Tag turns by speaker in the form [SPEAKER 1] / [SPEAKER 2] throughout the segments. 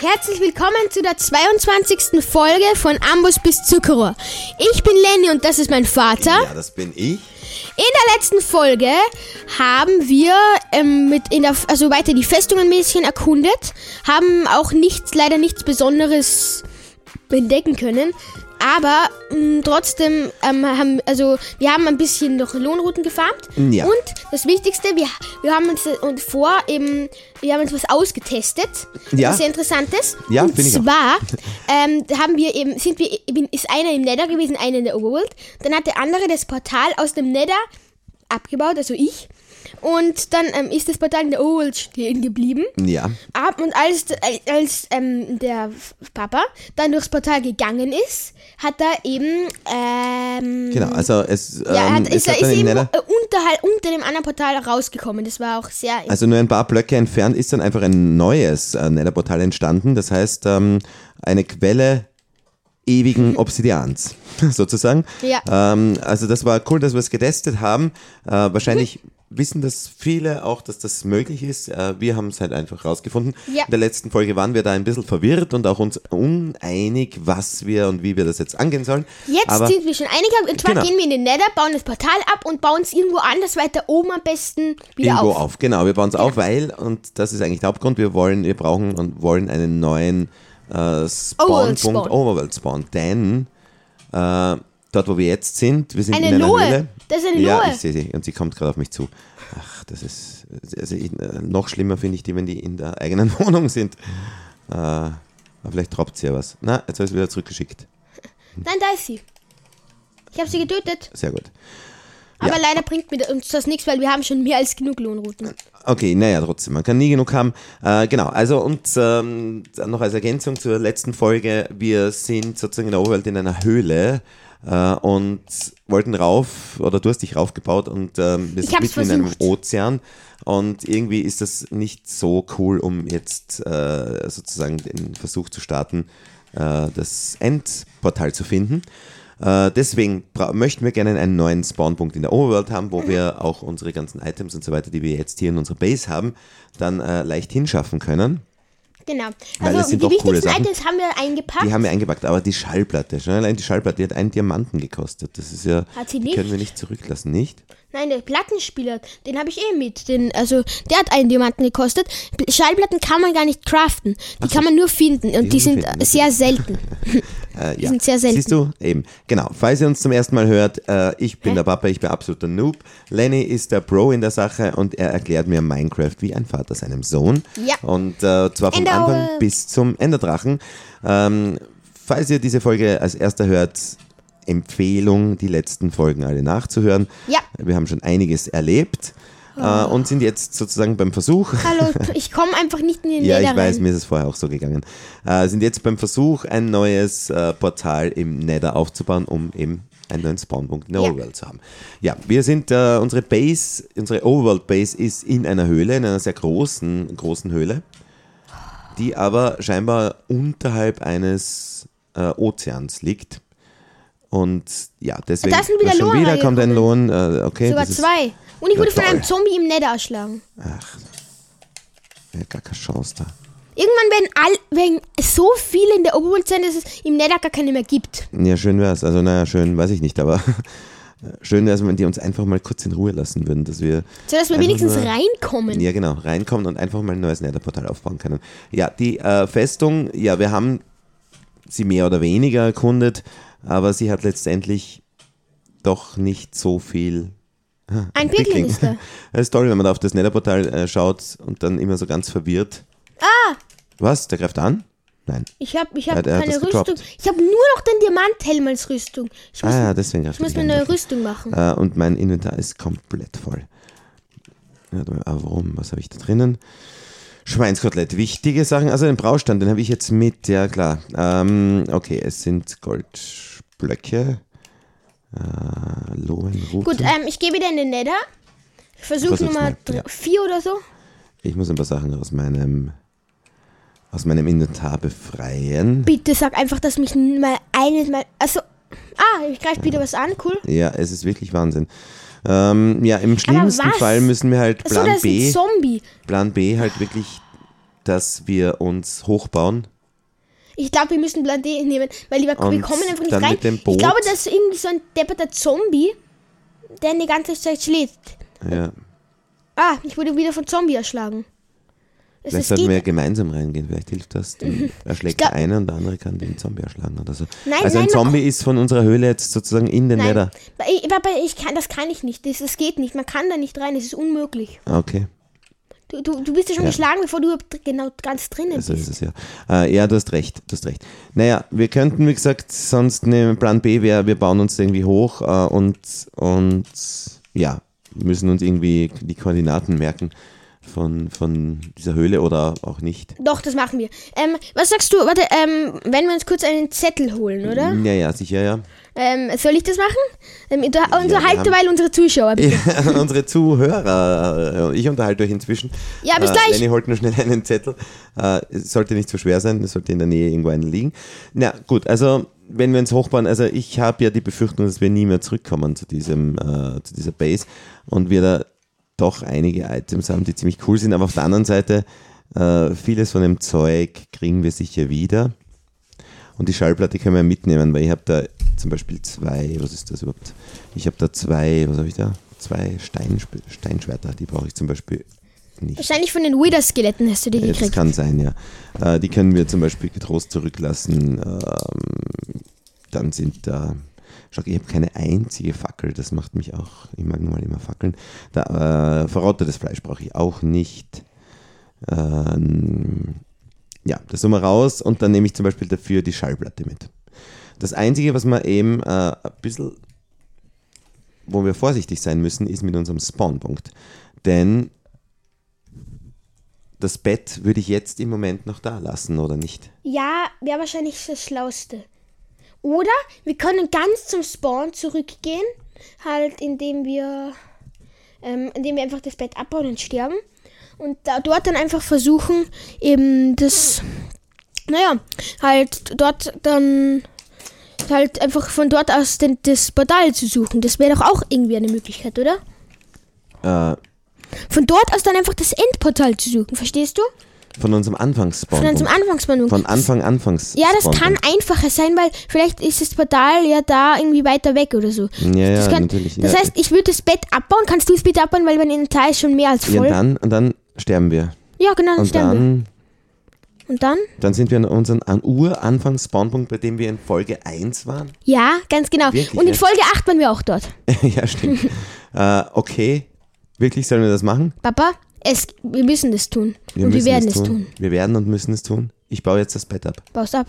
[SPEAKER 1] Herzlich willkommen zu der 22. Folge von Ambus bis Zuckerrohr. Ich bin Lenny und das ist mein Vater.
[SPEAKER 2] Ja, das bin ich.
[SPEAKER 1] In der letzten Folge haben wir ähm, mit in der, also weiter die Festungen ein bisschen erkundet, haben auch nichts, leider nichts Besonderes entdecken können. Aber mh, trotzdem ähm, haben, also wir haben ein bisschen noch Lohnrouten gefarmt.
[SPEAKER 2] Ja.
[SPEAKER 1] Und das Wichtigste, wir, wir haben uns äh, und vor, eben, wir haben uns was ausgetestet.
[SPEAKER 2] Ja.
[SPEAKER 1] Sehr Interessantes.
[SPEAKER 2] Ja,
[SPEAKER 1] und
[SPEAKER 2] bin ich auch.
[SPEAKER 1] zwar ähm, haben wir eben, sind wir, eben- ist einer im Nether gewesen, einer in der Overworld. Dann hat der andere das Portal aus dem Nether abgebaut, also ich. Und dann ähm, ist das Portal in der Overworld stehen geblieben.
[SPEAKER 2] Ja.
[SPEAKER 1] Ab und als, als ähm, der Papa dann durchs Portal gegangen ist, hat er eben. Ähm,
[SPEAKER 2] Genau, also es, ähm,
[SPEAKER 1] Ja, er hat,
[SPEAKER 2] es
[SPEAKER 1] ist, er
[SPEAKER 2] hat
[SPEAKER 1] ist
[SPEAKER 2] dann im
[SPEAKER 1] eben
[SPEAKER 2] Nether,
[SPEAKER 1] äh, unterhalb, unter dem anderen Portal rausgekommen. Das war auch sehr.
[SPEAKER 2] also nur ein paar Blöcke entfernt ist dann einfach ein neues äh, Nether-Portal entstanden. Das heißt, ähm, eine Quelle ewigen Obsidians, sozusagen.
[SPEAKER 1] Ja.
[SPEAKER 2] Ähm, also das war cool, dass wir es getestet haben. Äh, wahrscheinlich wissen das viele auch, dass das möglich ist. Äh, wir haben es halt einfach rausgefunden.
[SPEAKER 1] Ja.
[SPEAKER 2] In der letzten Folge waren wir da ein bisschen verwirrt und auch uns uneinig, was wir und wie wir das jetzt angehen sollen.
[SPEAKER 1] Jetzt
[SPEAKER 2] Aber
[SPEAKER 1] sind wir schon einig. Und zwar
[SPEAKER 2] Genau.
[SPEAKER 1] gehen wir in den Nether, bauen das Portal ab und bauen es irgendwo anders weiter oben am besten wieder
[SPEAKER 2] Irgendwo
[SPEAKER 1] auf.
[SPEAKER 2] auf. Genau, wir bauen es auf, weil, und das ist eigentlich der Hauptgrund, wir wollen, wir brauchen und wollen einen neuen äh,
[SPEAKER 1] Overworld
[SPEAKER 2] Spawnpunkt,
[SPEAKER 1] Spawn.
[SPEAKER 2] Overworld Spawn, denn äh, dort, wo wir jetzt sind, wir sind
[SPEAKER 1] Eine
[SPEAKER 2] in einer
[SPEAKER 1] Lohe.
[SPEAKER 2] Höhle.
[SPEAKER 1] Das ist eine
[SPEAKER 2] ja,
[SPEAKER 1] Lohe.
[SPEAKER 2] ich sehe sie und sie kommt gerade auf mich zu. Ach, das ist, also ich, äh, noch schlimmer finde ich die, wenn die in der eigenen Wohnung sind. Äh, aber vielleicht droppt sie ja was. Na, jetzt habe ich es wieder zurückgeschickt.
[SPEAKER 1] Nein, da ist sie. Ich habe sie getötet.
[SPEAKER 2] Sehr gut.
[SPEAKER 1] Aber
[SPEAKER 2] Ja.
[SPEAKER 1] leider bringt mir uns das nichts, weil wir haben schon mehr als genug Lohnrouten.
[SPEAKER 2] Okay, naja, trotzdem, man kann nie genug haben. Äh, genau, also und ähm, dann noch als Ergänzung zur letzten Folge, wir sind sozusagen in der Oberwelt in einer Höhle äh, und wollten rauf, oder du hast dich raufgebaut und ähm, wir sind
[SPEAKER 1] hab's
[SPEAKER 2] mitten in einem
[SPEAKER 1] versucht.
[SPEAKER 2] Ozean und irgendwie ist das nicht so cool, um jetzt äh, sozusagen den Versuch zu starten, äh, das Endportal zu finden. Äh, deswegen bra- möchten wir gerne einen neuen Spawnpunkt in der Overworld haben, wo
[SPEAKER 1] Mhm.
[SPEAKER 2] wir auch unsere ganzen Items und so weiter, die wir jetzt hier in unserer Base haben, dann äh, leicht hinschaffen können.
[SPEAKER 1] Genau.
[SPEAKER 2] Weil das
[SPEAKER 1] Also
[SPEAKER 2] sind
[SPEAKER 1] die
[SPEAKER 2] doch coole
[SPEAKER 1] wichtigsten
[SPEAKER 2] Sachen.
[SPEAKER 1] Items haben wir eingepackt.
[SPEAKER 2] Die haben wir eingepackt, aber die Schallplatte, schon allein die Schallplatte, die hat einen Diamanten gekostet. Das ist ja,
[SPEAKER 1] Hat sie
[SPEAKER 2] die
[SPEAKER 1] nicht?
[SPEAKER 2] können wir nicht zurücklassen, nicht?
[SPEAKER 1] Nein, der Plattenspieler, den habe ich eh mit. Den, also der hat einen Diamanten gekostet. Schallplatten kann man gar nicht craften. Die kann man nur finden und die,
[SPEAKER 2] nur
[SPEAKER 1] sind
[SPEAKER 2] finden,
[SPEAKER 1] äh, sehr selten.
[SPEAKER 2] Äh, ja.
[SPEAKER 1] sind sehr selten.
[SPEAKER 2] Siehst du? Eben. Genau. Falls ihr uns zum ersten Mal hört, äh, ich bin der Papa, ich bin absoluter Noob. Lenny ist der Pro in der Sache und er erklärt mir Minecraft wie ein Vater seinem Sohn.
[SPEAKER 1] Ja.
[SPEAKER 2] Und äh, zwar vom
[SPEAKER 1] Ender-
[SPEAKER 2] Anfang bis zum Enderdrachen. Ähm, falls ihr diese Folge als erster hört, Empfehlung, die letzten Folgen alle nachzuhören.
[SPEAKER 1] Ja. Oh.
[SPEAKER 2] Wir haben schon einiges erlebt äh, und sind jetzt sozusagen beim Versuch.
[SPEAKER 1] Hallo, ich komme einfach nicht in den
[SPEAKER 2] Ja,
[SPEAKER 1] Nether
[SPEAKER 2] ich weiß,
[SPEAKER 1] rein.
[SPEAKER 2] mir ist es vorher auch so gegangen. Äh, sind jetzt beim Versuch, ein neues äh, Portal im Nether aufzubauen, um eben einen neuen Spawnpunkt in der
[SPEAKER 1] Ja.
[SPEAKER 2] Overworld zu haben. Ja, wir sind, äh, unsere Base, unsere Overworld Base ist in einer Höhle, in einer sehr großen, großen Höhle, die aber scheinbar unterhalb eines äh, Ozeans liegt. Und ja, deswegen
[SPEAKER 1] Da sind wieder
[SPEAKER 2] Na, schon
[SPEAKER 1] Lohen
[SPEAKER 2] wieder kommt ein Lohn. Äh, okay,
[SPEAKER 1] Sogar
[SPEAKER 2] das ist
[SPEAKER 1] zwei. Und ich
[SPEAKER 2] Ja,
[SPEAKER 1] wurde von einem
[SPEAKER 2] toll.
[SPEAKER 1] Zombie im Nether erschlagen.
[SPEAKER 2] ja, gar keine Chance da.
[SPEAKER 1] Irgendwann werden, all, werden so viele in der Oberwelt sein, dass es im Nether gar keine mehr gibt.
[SPEAKER 2] Ja, schön wär's. Also, naja, schön, weiß ich nicht, aber äh, schön wär's, wenn die uns einfach mal kurz in Ruhe lassen würden, dass wir.
[SPEAKER 1] Sodass wir
[SPEAKER 2] einfach
[SPEAKER 1] wenigstens
[SPEAKER 2] nur-
[SPEAKER 1] reinkommen.
[SPEAKER 2] Ja, genau, reinkommen und einfach mal ein neues Netherportal aufbauen können. Ja, die äh, Festung, ja, wir haben sie mehr oder weniger erkundet, aber sie hat letztendlich doch nicht so viel
[SPEAKER 1] Ein Pickling ist da.
[SPEAKER 2] Das ist toll, wenn man da auf das Netherportal äh, schaut und dann immer so ganz verwirrt. Ah! Was? Der greift an? Nein.
[SPEAKER 1] Ich habe ich hab
[SPEAKER 2] Ja, der hat
[SPEAKER 1] keine
[SPEAKER 2] das
[SPEAKER 1] Rüstung.
[SPEAKER 2] gedroppt.
[SPEAKER 1] Ich habe nur noch den Diamanthelm als Rüstung. Ich muss,
[SPEAKER 2] Ah, ja, deswegen greift
[SPEAKER 1] ich muss mir
[SPEAKER 2] er
[SPEAKER 1] eine
[SPEAKER 2] an.
[SPEAKER 1] neue Rüstung machen.
[SPEAKER 2] Äh, und mein Inventar ist komplett voll. Warte mal, ah, warum? Was habe ich da drinnen? Schweinskotelett, wichtige Sachen. Also den Braustand, den habe ich jetzt mit, ja klar. Ähm, okay, es sind Goldblöcke. Äh, Lohenruten.
[SPEAKER 1] Gut, ähm, ich gehe wieder in den Nether. Versuch
[SPEAKER 2] Versuch's
[SPEAKER 1] Nummer
[SPEAKER 2] mal, ja.
[SPEAKER 1] 4 oder so.
[SPEAKER 2] Ich muss ein paar Sachen aus meinem, aus meinem Inventar befreien.
[SPEAKER 1] Bitte sag einfach, dass mich n- mal eines mal. Also. Ah, ich greife wieder was an, cool.
[SPEAKER 2] Ja, es ist wirklich Wahnsinn. Ähm, ja, im schlimmsten
[SPEAKER 1] was?
[SPEAKER 2] Fall müssen wir halt
[SPEAKER 1] Achso,
[SPEAKER 2] Plan
[SPEAKER 1] da ist ein
[SPEAKER 2] B.
[SPEAKER 1] Zombie.
[SPEAKER 2] Plan B halt wirklich, dass wir uns hochbauen
[SPEAKER 1] Ich glaube, wir müssen Plan D nehmen, weil wir, wir
[SPEAKER 2] Und
[SPEAKER 1] kommen einfach nicht
[SPEAKER 2] dann
[SPEAKER 1] rein.
[SPEAKER 2] mit dem
[SPEAKER 1] Ich
[SPEAKER 2] Boot?
[SPEAKER 1] glaube, das ist irgendwie so ein depperter Zombie, der eine ganze Zeit schläft.
[SPEAKER 2] Ja.
[SPEAKER 1] Ah, ich wurde wieder von Zombie erschlagen. Es,
[SPEAKER 2] Vielleicht
[SPEAKER 1] es
[SPEAKER 2] sollten
[SPEAKER 1] geht.
[SPEAKER 2] wir ja halt gemeinsam reingehen. Vielleicht hilft das. Dann
[SPEAKER 1] Mhm.
[SPEAKER 2] erschlägt
[SPEAKER 1] glaub-
[SPEAKER 2] der eine und der andere kann den Zombie erschlagen oder so.
[SPEAKER 1] Nein,
[SPEAKER 2] also
[SPEAKER 1] nein,
[SPEAKER 2] ein
[SPEAKER 1] man
[SPEAKER 2] Zombie ist von unserer Höhle jetzt sozusagen in den
[SPEAKER 1] Nein,
[SPEAKER 2] Nether.
[SPEAKER 1] ich, aber ich kann, das kann ich nicht. Das, das geht nicht. Man kann da nicht rein. Es ist unmöglich.
[SPEAKER 2] Ah, Okay,
[SPEAKER 1] Du, du, du bist ja schon
[SPEAKER 2] Ja.
[SPEAKER 1] geschlagen, bevor du überhaupt dr- genau ganz drinnen
[SPEAKER 2] also
[SPEAKER 1] bist.
[SPEAKER 2] ist es ja. Äh, ja, du hast recht, du hast recht. Naja, wir könnten, wie gesagt, sonst nehmen Plan B wäre, wir bauen uns irgendwie hoch äh, und, und ja, müssen uns irgendwie die Koordinaten merken von, von dieser Höhle oder auch nicht.
[SPEAKER 1] Doch, das machen wir. Ähm, was sagst du? Warte, ähm, wenn wir uns kurz einen Zettel holen, oder?
[SPEAKER 2] Ja, ja, sicher, ja.
[SPEAKER 1] Ähm, soll ich das machen? Ähm, unter,
[SPEAKER 2] wir
[SPEAKER 1] unterhalte
[SPEAKER 2] haben-
[SPEAKER 1] mal unsere Zuschauer. bitte.
[SPEAKER 2] Ja, unsere Zuhörer. äh, Ich unterhalte euch inzwischen.
[SPEAKER 1] Ja, bis
[SPEAKER 2] äh,
[SPEAKER 1] gleich.
[SPEAKER 2] Lenny holt nur schnell einen Zettel. Äh, es sollte nicht zu schwer sein, es sollte in der Nähe irgendwo einen liegen. Na gut, also wenn wir uns hochbauen, also ich habe ja die Befürchtung, dass wir nie mehr zurückkommen zu, diesem, äh, zu dieser Base und wir da doch einige Items haben, die ziemlich cool sind, aber auf der anderen Seite äh, vieles von dem Zeug kriegen wir sicher wieder. Und die Schallplatte können wir mitnehmen, weil ich habe da zum Beispiel zwei, was ist das überhaupt? Ich habe da zwei, was habe ich da? Zwei Steinsp- Steinschwerter, die brauche ich zum Beispiel nicht.
[SPEAKER 1] Wahrscheinlich von den Wither-Skeletten hast du die
[SPEAKER 2] Ja, Das
[SPEAKER 1] gekriegt.
[SPEAKER 2] kann sein, ja. Äh, die können wir zum Beispiel getrost zurücklassen. Ähm, dann sind da. Schau, ich habe keine einzige Fackel, das macht mich auch. Ich mag nun mal immer Fackeln. Da, äh, verrottetes Fleisch brauche ich auch nicht. Ähm, ja, das tun wir raus und dann nehme ich zum Beispiel dafür die Schallplatte mit. Das Einzige, was wir eben äh, ein bisschen, wo wir vorsichtig sein müssen, ist mit unserem Spawnpunkt. Denn das Bett würde ich jetzt im Moment noch da lassen, oder nicht?
[SPEAKER 1] Ja, wäre wahrscheinlich das Schlauste. Oder wir können ganz zum Spawn zurückgehen, halt indem wir, ähm, indem wir einfach das Bett abbauen und sterben. Und da, dort dann einfach versuchen, eben das, naja, halt dort dann, halt einfach von dort aus den, das Portal zu suchen. Das wäre doch auch irgendwie eine Möglichkeit, oder?
[SPEAKER 2] Äh,
[SPEAKER 1] Von dort aus dann einfach das Endportal zu suchen, verstehst du?
[SPEAKER 2] von unserem
[SPEAKER 1] Von
[SPEAKER 2] Anfangsspawn.
[SPEAKER 1] einem Anfangsmanual.
[SPEAKER 2] um. Von Anfang Anfangs.
[SPEAKER 1] Ja, das kann einfacher sein, weil vielleicht ist das Portal ja da irgendwie weiter weg oder so.
[SPEAKER 2] Ja,
[SPEAKER 1] das
[SPEAKER 2] ja,
[SPEAKER 1] kann-
[SPEAKER 2] natürlich.
[SPEAKER 1] Das
[SPEAKER 2] ja.
[SPEAKER 1] heißt, ich würde das Bett abbauen. Kannst du das Bett abbauen, weil mein Inventar ist schon mehr als
[SPEAKER 2] ja,
[SPEAKER 1] voll.
[SPEAKER 2] und dann, und dann sterben wir.
[SPEAKER 1] Ja, genau, dann
[SPEAKER 2] Und
[SPEAKER 1] sterben wir.
[SPEAKER 2] dann,
[SPEAKER 1] Und dann?
[SPEAKER 2] dann sind wir an unserem an Uranfangs-Spawnpunkt, bei dem wir in Folge 1 waren.
[SPEAKER 1] Ja, ganz genau.
[SPEAKER 2] Wirklich,
[SPEAKER 1] Und in
[SPEAKER 2] ja?
[SPEAKER 1] Folge 8 waren wir auch dort.
[SPEAKER 2] ja, stimmt. äh, okay. Wirklich sollen wir das machen?
[SPEAKER 1] Papa, es, wir müssen das tun. Und wir
[SPEAKER 2] müssen
[SPEAKER 1] werden es
[SPEAKER 2] es
[SPEAKER 1] tun.
[SPEAKER 2] Wir werden und müssen es tun. Ich baue jetzt das Bett ab.
[SPEAKER 1] Baust ab.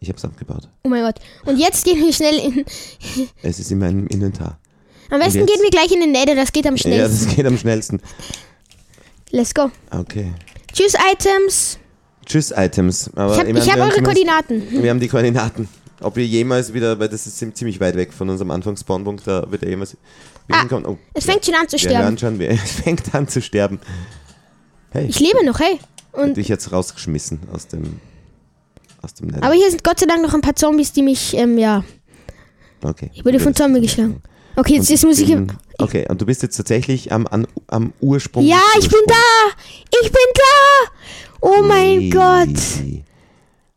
[SPEAKER 2] Ich habe es abgebaut.
[SPEAKER 1] Oh mein Gott. Und jetzt gehen wir schnell in.
[SPEAKER 2] Es ist in meinem Inventar.
[SPEAKER 1] Am besten
[SPEAKER 2] jetzt?
[SPEAKER 1] gehen wir gleich in den Nether, das geht am
[SPEAKER 2] Ja,
[SPEAKER 1] schnellsten.
[SPEAKER 2] das geht am schnellsten.
[SPEAKER 1] Let's go.
[SPEAKER 2] Okay.
[SPEAKER 1] Tschüss, Items.
[SPEAKER 2] Tschüss, Items. Aber
[SPEAKER 1] Ich habe
[SPEAKER 2] ich mein,
[SPEAKER 1] hab
[SPEAKER 2] wir haben
[SPEAKER 1] eure
[SPEAKER 2] zumindest-
[SPEAKER 1] Koordinaten.
[SPEAKER 2] Wir haben die Koordinaten. Ob wir jemals wieder, weil das ist ziem- ziemlich weit weg von unserem Anfangsspawnpunkt, da wird er jemals wieder hinkommen. Oh,
[SPEAKER 1] Es fängt schon an zu
[SPEAKER 2] wir
[SPEAKER 1] Ah, sterben.
[SPEAKER 2] hören schon, wir, es fängt an zu sterben. Hey,
[SPEAKER 1] Ich
[SPEAKER 2] ich
[SPEAKER 1] lebe noch, hey. Und
[SPEAKER 2] hätte ich jetzt rausgeschmissen aus dem, aus dem Nether.
[SPEAKER 1] Aber hier sind Gott sei Dank noch ein paar Zombies, die mich, ähm, ja.
[SPEAKER 2] okay.
[SPEAKER 1] Ich wurde von Zombie geschlagen. Okay, jetzt, jetzt muss ich.
[SPEAKER 2] Bin, okay, und du bist jetzt tatsächlich am, an, am Ursprung.
[SPEAKER 1] Ja,
[SPEAKER 2] des
[SPEAKER 1] ich bin da! Ich bin da! Oh mein Gott!
[SPEAKER 2] Ursprungs.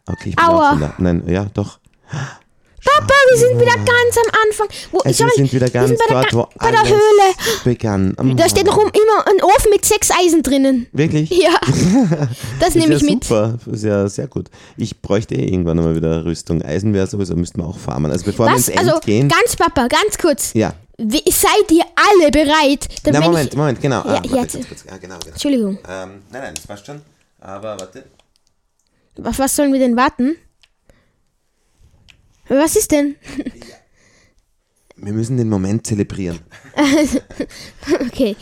[SPEAKER 2] Okay, ich bin
[SPEAKER 1] Aua.
[SPEAKER 2] auch schon da. Nein, ja, doch.
[SPEAKER 1] Papa, wir sind wieder ganz am Anfang. Wo,
[SPEAKER 2] Also
[SPEAKER 1] schau
[SPEAKER 2] wir
[SPEAKER 1] mal,
[SPEAKER 2] sind wieder ganz
[SPEAKER 1] wir sind bei
[SPEAKER 2] dort,
[SPEAKER 1] der,
[SPEAKER 2] wo
[SPEAKER 1] Ga- bei der
[SPEAKER 2] alles Mhm.
[SPEAKER 1] Höhle.
[SPEAKER 2] begann.
[SPEAKER 1] Da steht noch um, immer ein Ofen mit sechs Eisen drinnen.
[SPEAKER 2] Wirklich?
[SPEAKER 1] Ja. Das nehme ich
[SPEAKER 2] ist ja
[SPEAKER 1] mit.
[SPEAKER 2] Super, ist ja sehr gut. Ich bräuchte eh irgendwann mal wieder Rüstung. Eisen wäre sowieso, müssten wir auch farmen. Also bevor
[SPEAKER 1] Was?
[SPEAKER 2] wir ins End
[SPEAKER 1] Also,
[SPEAKER 2] gehen.
[SPEAKER 1] ganz Papa, ganz kurz.
[SPEAKER 2] Ja.
[SPEAKER 1] Wie, seid ihr alle bereit? Dann
[SPEAKER 2] Na,
[SPEAKER 1] wenn
[SPEAKER 2] Moment,
[SPEAKER 1] Ich,
[SPEAKER 2] Moment, genau.
[SPEAKER 1] Ja,
[SPEAKER 2] ah, warte,
[SPEAKER 1] jetzt.
[SPEAKER 2] kurz, kurz. Ah, genau, genau.
[SPEAKER 1] Entschuldigung,
[SPEAKER 2] Ähm, nein, nein, das passt schon. Aber warte.
[SPEAKER 1] auf was sollen wir denn warten? Was ist denn?
[SPEAKER 2] Wir müssen den Moment zelebrieren.
[SPEAKER 1] Okay.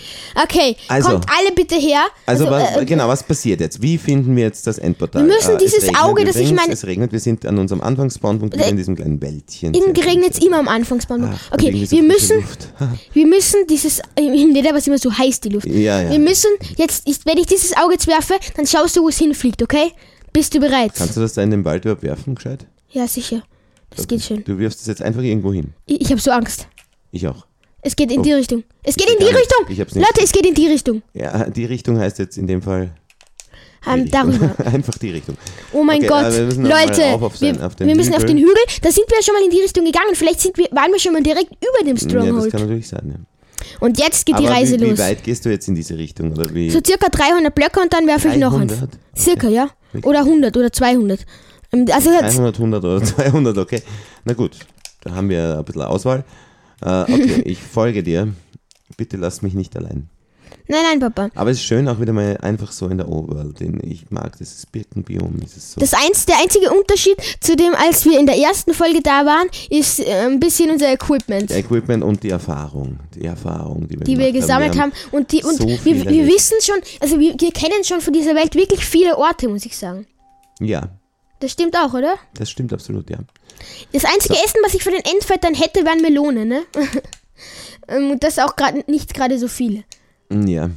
[SPEAKER 1] Okay.
[SPEAKER 2] Also.
[SPEAKER 1] Kommt alle bitte her.
[SPEAKER 2] Also, was,
[SPEAKER 1] äh,
[SPEAKER 2] genau, was passiert jetzt? Wie finden wir jetzt das Endportal? Äh,
[SPEAKER 1] Wir müssen
[SPEAKER 2] es
[SPEAKER 1] dieses
[SPEAKER 2] regnet
[SPEAKER 1] Auge, das ich
[SPEAKER 2] übrigens,
[SPEAKER 1] meine-
[SPEAKER 2] Es regnet, wir sind an unserem Anfangsbahnpunkt, wieder in diesem kleinen Wäldchen.
[SPEAKER 1] Irgendwie regnet es immer am Anfangsbahnhof.
[SPEAKER 2] Ach, und
[SPEAKER 1] okay,
[SPEAKER 2] Ah, also irgendwie so
[SPEAKER 1] wir
[SPEAKER 2] frische
[SPEAKER 1] müssen,
[SPEAKER 2] Luft.
[SPEAKER 1] wir müssen dieses, im Nether war es immer so heiß, die Luft.
[SPEAKER 2] Ja, ja.
[SPEAKER 1] Wir müssen, jetzt, ich, wenn ich dieses Auge jetzt werfe, dann schaust du, wo es hinfliegt, okay? Bist du bereit?
[SPEAKER 2] Kannst du das da in den Wald überwerfen, gescheit?
[SPEAKER 1] Ja, sicher. Das geht schön.
[SPEAKER 2] Du wirfst es jetzt einfach irgendwo hin.
[SPEAKER 1] Ich, ich habe so Angst.
[SPEAKER 2] Ich auch.
[SPEAKER 1] Es geht in die Richtung. Es geht
[SPEAKER 2] Oh.
[SPEAKER 1] in
[SPEAKER 2] Ich
[SPEAKER 1] die
[SPEAKER 2] gar nicht.
[SPEAKER 1] Richtung.
[SPEAKER 2] Ich hab's nicht.
[SPEAKER 1] Leute, es geht in die Richtung.
[SPEAKER 2] Ja, die Richtung heißt jetzt in dem Fall
[SPEAKER 1] ähm,
[SPEAKER 2] Die Richtung.
[SPEAKER 1] darüber.
[SPEAKER 2] Einfach die Richtung.
[SPEAKER 1] Oh mein
[SPEAKER 2] Okay,
[SPEAKER 1] Gott,
[SPEAKER 2] aber wir müssen noch mal
[SPEAKER 1] Leute,
[SPEAKER 2] rauf auf sein-
[SPEAKER 1] wir,
[SPEAKER 2] auf den
[SPEAKER 1] wir müssen auf
[SPEAKER 2] Hügel.
[SPEAKER 1] den Hügel. Da sind wir ja schon mal in die Richtung gegangen. Vielleicht sind wir, waren wir schon mal direkt über dem
[SPEAKER 2] Ja, das
[SPEAKER 1] Stronghold.
[SPEAKER 2] kann natürlich sein. Ja.
[SPEAKER 1] und jetzt geht
[SPEAKER 2] Aber
[SPEAKER 1] die Reise
[SPEAKER 2] wie, wie
[SPEAKER 1] los.
[SPEAKER 2] weit gehst du jetzt in diese Richtung? Oder wie?
[SPEAKER 1] So circa 300 Blöcke und dann werfe ich noch eins.
[SPEAKER 2] 300?
[SPEAKER 1] Circa, ja.
[SPEAKER 2] Wirklich?
[SPEAKER 1] Oder 100 oder 200. Ähm, Also das,
[SPEAKER 2] 100, 100 oder 200, okay. Na gut, da haben wir ein bisschen Auswahl. Äh, okay, ich folge dir. Bitte lass mich nicht allein.
[SPEAKER 1] nein, nein, Papa.
[SPEAKER 2] Aber es ist schön, auch wieder mal einfach so in der Overworld, den ich mag. Das ist Birkenbiom, das ist so.
[SPEAKER 1] Das eins, der einzige Unterschied zu dem, als wir in der ersten Folge da waren, ist äh, ein bisschen unser Equipment,
[SPEAKER 2] Equipment und die Erfahrung. Die Erfahrung, die wir,
[SPEAKER 1] die wir
[SPEAKER 2] gemacht
[SPEAKER 1] gesammelt haben. Und, die, und
[SPEAKER 2] so
[SPEAKER 1] wir,
[SPEAKER 2] viel
[SPEAKER 1] wir
[SPEAKER 2] erlebt.
[SPEAKER 1] wissen schon, also wir, wir kennen schon von dieser Welt wirklich viele Orte, muss ich sagen.
[SPEAKER 2] Ja,
[SPEAKER 1] Das stimmt auch, oder?
[SPEAKER 2] das stimmt absolut, ja.
[SPEAKER 1] Das einzige Essen, was ich für den Endfight dann hätte, wären Melonen, ne? Ähm, Und das auch gerade nicht gerade so viel.
[SPEAKER 2] Ja,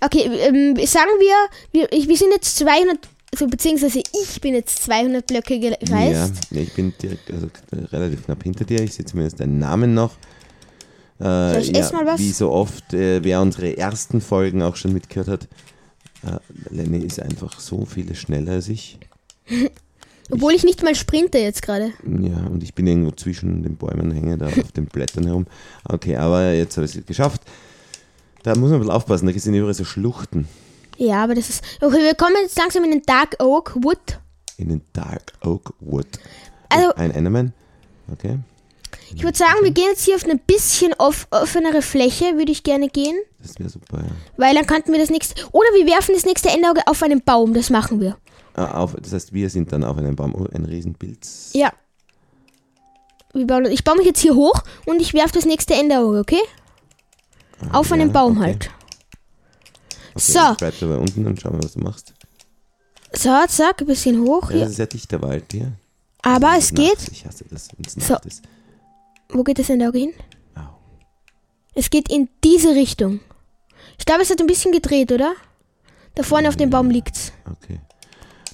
[SPEAKER 1] Okay, ähm, sagen wir, wir, ich, wir sind jetzt 200, also, beziehungsweise ich bin jetzt 200 Blöcke
[SPEAKER 2] ja.
[SPEAKER 1] gereist.
[SPEAKER 2] Ja, Ich bin direkt, also äh, relativ knapp hinter dir. Ich sehe zumindest deinen Namen noch. Äh,
[SPEAKER 1] Soll ich erst mal was?
[SPEAKER 2] Wie so oft, äh, wer unsere ersten Folgen auch schon mitgehört hat, äh, Lenny ist einfach so viel schneller als ich.
[SPEAKER 1] Obwohl ich nicht mal sprinte jetzt gerade.
[SPEAKER 2] Ja, und ich bin irgendwo zwischen den Bäumen, hänge da auf den Blättern herum. Okay, aber jetzt habe ich es geschafft. Da muss man ein bisschen aufpassen, da sind überall so Schluchten.
[SPEAKER 1] Ja, aber das ist. Okay, wir kommen jetzt langsam in den Dark Oak Wood.
[SPEAKER 2] In den Dark Oak Wood.
[SPEAKER 1] Also-
[SPEAKER 2] ein Enderman. Okay.
[SPEAKER 1] Ich würde sagen, wir gehen jetzt hier auf eine bisschen off offenere Fläche, würde ich gerne gehen.
[SPEAKER 2] Das wäre super. Ja.
[SPEAKER 1] Weil dann könnten wir das nächste. Oder wir werfen das nächste Endauge auf einen Baum, das machen wir.
[SPEAKER 2] Ah, auf, das heißt, wir sind dann auf einem Baum. Oh, ein Riesenpilz.
[SPEAKER 1] Ja. Wir bauen, ich baue mich jetzt hier hoch und ich werfe das nächste Endauge, okay? Auf einen
[SPEAKER 2] ja,
[SPEAKER 1] Baum
[SPEAKER 2] okay.
[SPEAKER 1] halt.
[SPEAKER 2] Okay,
[SPEAKER 1] So.
[SPEAKER 2] jetzt Bleib dabei unten und schau mal, was du machst.
[SPEAKER 1] So, zack, ein bisschen hoch
[SPEAKER 2] Ja,
[SPEAKER 1] hier.
[SPEAKER 2] das ist ja dichter Wald hier.
[SPEAKER 1] Aber
[SPEAKER 2] Das
[SPEAKER 1] es
[SPEAKER 2] ist
[SPEAKER 1] geht.
[SPEAKER 2] nachts. Ich hasse das, wenn es
[SPEAKER 1] So.
[SPEAKER 2] Nacht ist.
[SPEAKER 1] Wo geht das Endauge hin?
[SPEAKER 2] Au.
[SPEAKER 1] Es geht in diese Richtung. Ich glaube, es hat ein bisschen gedreht, oder? Da vorne auf dem Baum liegt's.
[SPEAKER 2] Okay.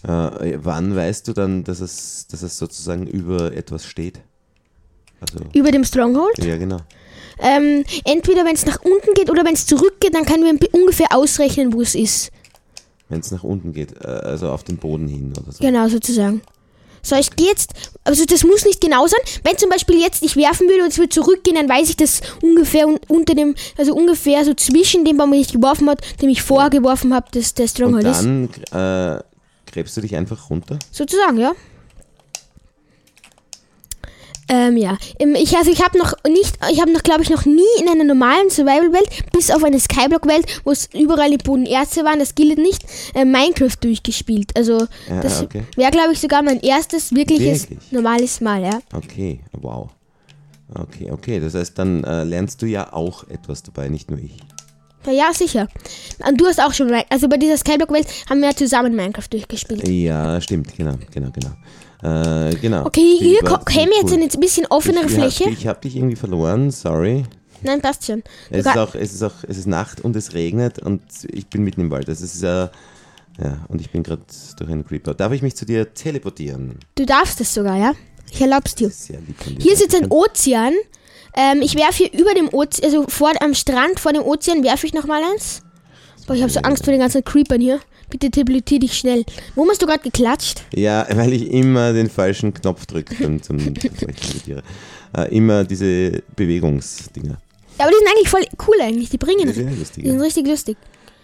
[SPEAKER 2] Äh, wann weißt du dann, dass es, dass es sozusagen über etwas steht? Also,
[SPEAKER 1] Über dem Stronghold.
[SPEAKER 2] ja, genau.
[SPEAKER 1] Ähm, entweder wenn es nach unten geht oder wenn es zurückgeht, dann können wir bi- ungefähr ausrechnen, wo es ist.
[SPEAKER 2] Wenn es nach unten geht, äh, also auf den Boden hin oder so.
[SPEAKER 1] Genau, sozusagen. So, ich gehe jetzt, also das muss nicht genau sein. Wenn zum Beispiel jetzt ich werfen würde und es würde zurückgehen, dann weiß ich, dass ungefähr un unter dem, also ungefähr so zwischen dem Baum, den ich geworfen habe, dem ich vorgeworfen habe, dass der
[SPEAKER 2] Und
[SPEAKER 1] Stronghold ist.
[SPEAKER 2] dann äh, gräbst du dich einfach runter?
[SPEAKER 1] Sozusagen, ja. Ähm, ja. Ähm, Ich, also ich habe noch nicht, ich habe noch, glaube ich, noch nie in einer normalen Survival-Welt, bis auf eine Skyblock-Welt, wo es überall die Bodenerze waren, das gilt nicht, äh, Minecraft durchgespielt. Also
[SPEAKER 2] Ja,
[SPEAKER 1] das
[SPEAKER 2] okay.
[SPEAKER 1] wäre, glaube ich, sogar mein erstes wirkliches
[SPEAKER 2] Wirklich?
[SPEAKER 1] normales Mal, ja.
[SPEAKER 2] Okay, wow. Okay, okay. Das heißt, dann äh, lernst du ja auch etwas dabei, nicht nur ich.
[SPEAKER 1] Ja, ja sicher. Und du hast auch schon, Min- also bei dieser Skyblock-Welt haben wir ja zusammen Minecraft durchgespielt.
[SPEAKER 2] Ja, stimmt, genau, genau, genau. Äh, genau.
[SPEAKER 1] Okay,
[SPEAKER 2] Die
[SPEAKER 1] hier
[SPEAKER 2] war
[SPEAKER 1] ko- käme jetzt
[SPEAKER 2] cool.
[SPEAKER 1] eine bisschen offenere
[SPEAKER 2] ich,
[SPEAKER 1] Fläche.
[SPEAKER 2] Ich, hab- ich habe dich irgendwie verloren, sorry.
[SPEAKER 1] Nein, passt schon. Du
[SPEAKER 2] Es ist,
[SPEAKER 1] ka-
[SPEAKER 2] auch, es, ist auch, es ist Nacht und es regnet und ich bin mitten im Wald. Das ist äh, ja, und ich bin gerade durch einen Creeper. Darf ich mich zu dir teleportieren?
[SPEAKER 1] du darfst es sogar, ja. Ich erlaub's dir.
[SPEAKER 2] Sehr lieb von dir.
[SPEAKER 1] Hier ist jetzt ein
[SPEAKER 2] Dankeschön.
[SPEAKER 1] Ozean. Ähm, ich werfe hier über dem Ozean, also vor am Strand vor dem Ozean werfe ich nochmal eins. Boah, ich habe so Angst vor den ganzen Creepern hier. Bitte teleportier dich schnell. Wo hast du gerade geklatscht?
[SPEAKER 2] Ja, weil ich immer den falschen Knopf drücke, zum, zum, bevor ich teleportiere. Äh, immer diese Bewegungsdinger.
[SPEAKER 1] Ja, aber die sind eigentlich voll cool eigentlich. Die bringen
[SPEAKER 2] Die
[SPEAKER 1] das.
[SPEAKER 2] sind ja
[SPEAKER 1] Die sind
[SPEAKER 2] lustig.
[SPEAKER 1] richtig lustig.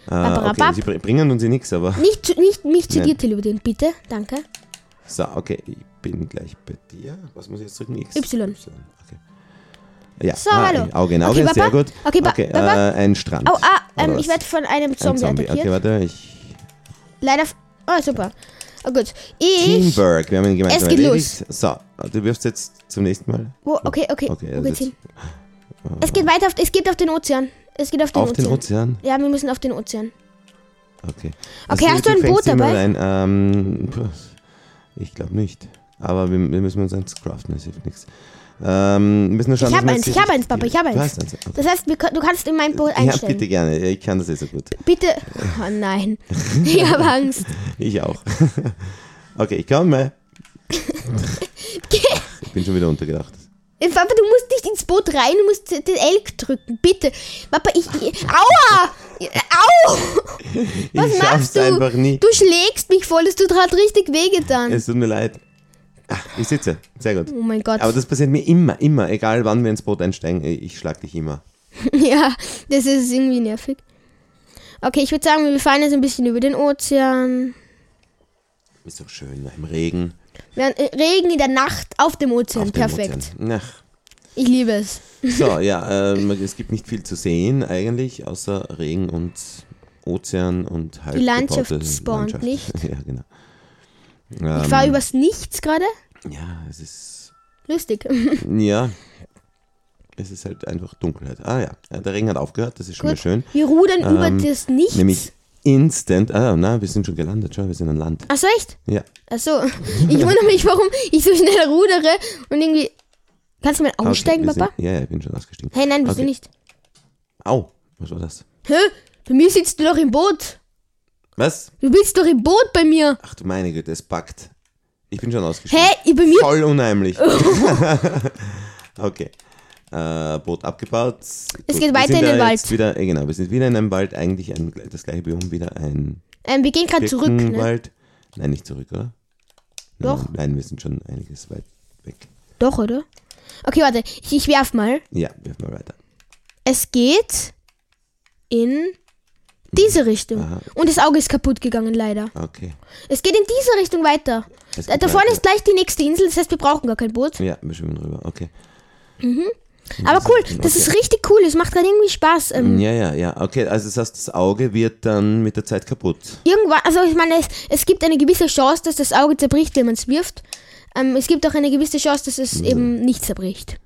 [SPEAKER 2] Ah, okay,
[SPEAKER 1] Abrabab.
[SPEAKER 2] sie br- bringen uns ja nichts, aber.
[SPEAKER 1] Nicht, zu- nicht mich zu
[SPEAKER 2] Nein.
[SPEAKER 1] dir teleportieren, bitte. Danke.
[SPEAKER 2] So, okay, ich bin gleich bei dir. Was muss ich jetzt drücken? X.
[SPEAKER 1] Y.
[SPEAKER 2] Okay. Ja,
[SPEAKER 1] So,
[SPEAKER 2] ah,
[SPEAKER 1] hallo.
[SPEAKER 2] Auge in Auge,
[SPEAKER 1] Okay, Papa?
[SPEAKER 2] sehr gut.
[SPEAKER 1] Okay, ba- Papa?
[SPEAKER 2] äh, ein Strand.
[SPEAKER 1] Oh, ah, ähm,
[SPEAKER 2] Oder
[SPEAKER 1] ich
[SPEAKER 2] was?
[SPEAKER 1] werde von einem
[SPEAKER 2] ein
[SPEAKER 1] Zombie, attackiert.
[SPEAKER 2] Okay, warte, ich.
[SPEAKER 1] Leider. f- Oh, super. Oh, gut. Ich.
[SPEAKER 2] Teamwork, wir haben ihn gemeinsam
[SPEAKER 1] Es geht
[SPEAKER 2] erledigt. So, du wirfst jetzt zum nächsten Mal.
[SPEAKER 1] Wo, okay, okay.
[SPEAKER 2] Okay,
[SPEAKER 1] Wo
[SPEAKER 2] also
[SPEAKER 1] geht's
[SPEAKER 2] jetzt
[SPEAKER 1] hin? Es geht weiter auf. Es geht auf den Ozean. Es geht auf den
[SPEAKER 2] auf den
[SPEAKER 1] Ozean.
[SPEAKER 2] Ozean.
[SPEAKER 1] Ja, wir müssen auf den Ozean.
[SPEAKER 2] Okay.
[SPEAKER 1] Okay, hast du ein
[SPEAKER 2] fängst
[SPEAKER 1] Boot
[SPEAKER 2] immer
[SPEAKER 1] dabei?
[SPEAKER 2] Rein. Ähm, puh, ich glaube nicht. Aber wir, wir müssen uns eins craften, das hilft nichts. Ähm, wir müssen nur schauen,
[SPEAKER 1] Ich
[SPEAKER 2] dass
[SPEAKER 1] hab
[SPEAKER 2] wir
[SPEAKER 1] eins,
[SPEAKER 2] jetzt
[SPEAKER 1] ich
[SPEAKER 2] die
[SPEAKER 1] hab eins,
[SPEAKER 2] richtige-
[SPEAKER 1] Papa, ich hab
[SPEAKER 2] Du
[SPEAKER 1] eins.
[SPEAKER 2] hast eins, okay.
[SPEAKER 1] Das heißt, wir, kö- du kannst in mein Boot
[SPEAKER 2] Ja,
[SPEAKER 1] einstellen.
[SPEAKER 2] bitte gerne. Ich kann das eh so gut.
[SPEAKER 1] Bitte. Oh nein. Ich habe Angst.
[SPEAKER 2] Ich auch. Okay, ich komme. Ich bin schon wieder untergedacht.
[SPEAKER 1] Äh, Papa, du musst nicht ins Boot rein, du musst den Elk drücken. Bitte. Papa, ich. ich aua! Au! Was
[SPEAKER 2] ich
[SPEAKER 1] machst
[SPEAKER 2] schaff's
[SPEAKER 1] du?
[SPEAKER 2] einfach nie.
[SPEAKER 1] Du schlägst mich voll, das tut gerade richtig wehgetan.
[SPEAKER 2] Es tut mir leid. Ah, ich sitze. Sehr gut.
[SPEAKER 1] oh mein Gott.
[SPEAKER 2] Aber das passiert mir immer, immer. Egal wann wir ins Boot einsteigen, ich schlag dich immer.
[SPEAKER 1] ja, das ist irgendwie nervig. Okay, ich würde sagen, wir fahren jetzt ein bisschen über den Ozean.
[SPEAKER 2] Ist doch schön, im Regen.
[SPEAKER 1] Wir haben äh, Regen in der Nacht auf dem Ozean.
[SPEAKER 2] auf dem
[SPEAKER 1] Perfekt.
[SPEAKER 2] Ozean. Ach.
[SPEAKER 1] Ich liebe es.
[SPEAKER 2] So, ja, ähm, es gibt nicht viel zu sehen eigentlich, außer Regen und Ozean und halt
[SPEAKER 1] Die Landschaft
[SPEAKER 2] gebaute
[SPEAKER 1] spawnt nicht.
[SPEAKER 2] Ja, genau.
[SPEAKER 1] Ich
[SPEAKER 2] Ähm,
[SPEAKER 1] fahre übers Nichts gerade.
[SPEAKER 2] ja, es ist.
[SPEAKER 1] Lustig.
[SPEAKER 2] Ja. Es ist halt einfach Dunkelheit. Ah ja, ja, der Regen hat aufgehört, das ist schon mal
[SPEAKER 1] Gut.
[SPEAKER 2] schön.
[SPEAKER 1] Wir rudern über
[SPEAKER 2] Ähm,
[SPEAKER 1] das Nichts.
[SPEAKER 2] Nämlich instant. Ah, na, wir sind schon gelandet, schau, wir sind an Land.
[SPEAKER 1] Ach so, echt?
[SPEAKER 2] Ja.
[SPEAKER 1] Ach so. Ich wundere mich, warum ich so schnell rudere und irgendwie. Kannst du mal
[SPEAKER 2] Okay,
[SPEAKER 1] aussteigen,
[SPEAKER 2] wir
[SPEAKER 1] Papa?
[SPEAKER 2] Sind, ja, ja, ich bin schon ausgestiegen.
[SPEAKER 1] Hey, nein, bist
[SPEAKER 2] Okay.
[SPEAKER 1] du nicht.
[SPEAKER 2] Au, was war das?
[SPEAKER 1] Hä? Bei mir sitzt du doch im Boot.
[SPEAKER 2] Was?
[SPEAKER 1] Du bist doch im Boot bei mir.
[SPEAKER 2] Ach du meine Güte, es packt. Ich bin schon ausgestiegen.
[SPEAKER 1] Hä? Bei mir?
[SPEAKER 2] Voll unheimlich. okay. Äh, Boot abgebaut. Es
[SPEAKER 1] geht weiter in den Wald.
[SPEAKER 2] Wieder, äh, genau, wir sind wieder in einem Wald, eigentlich ein, das gleiche Biom, wieder ein
[SPEAKER 1] Ähm, wir gehen gerade zurück, ne?
[SPEAKER 2] Birkenwald. Nein, nicht zurück, oder?
[SPEAKER 1] Doch.
[SPEAKER 2] Nein, nein, wir sind schon einiges weit weg.
[SPEAKER 1] Doch, oder? Okay, warte. Ich, ich werf mal.
[SPEAKER 2] Ja, wirf mal weiter.
[SPEAKER 1] Es geht in diese Richtung. Und das Auge ist kaputt gegangen, leider.
[SPEAKER 2] Okay.
[SPEAKER 1] Es geht in diese Richtung weiter.
[SPEAKER 2] Es
[SPEAKER 1] Da,
[SPEAKER 2] geht
[SPEAKER 1] da vorne
[SPEAKER 2] weiter.
[SPEAKER 1] ist gleich die nächste Insel, das heißt, wir brauchen gar kein Boot.
[SPEAKER 2] Ja, wir schwimmen rüber. Okay.
[SPEAKER 1] Aber cool,
[SPEAKER 2] Richtung,
[SPEAKER 1] das
[SPEAKER 2] okay.
[SPEAKER 1] ist richtig cool. Es macht gerade irgendwie Spaß. Ähm,
[SPEAKER 2] Ja, ja, ja. Okay, also das heißt, das Auge wird dann mit der Zeit kaputt.
[SPEAKER 1] Irgendwann, also ich meine, es, es gibt eine gewisse Chance, dass das Auge zerbricht, wenn man es wirft. Ähm, es gibt auch eine gewisse Chance, dass es
[SPEAKER 2] Mhm.
[SPEAKER 1] eben nicht zerbricht.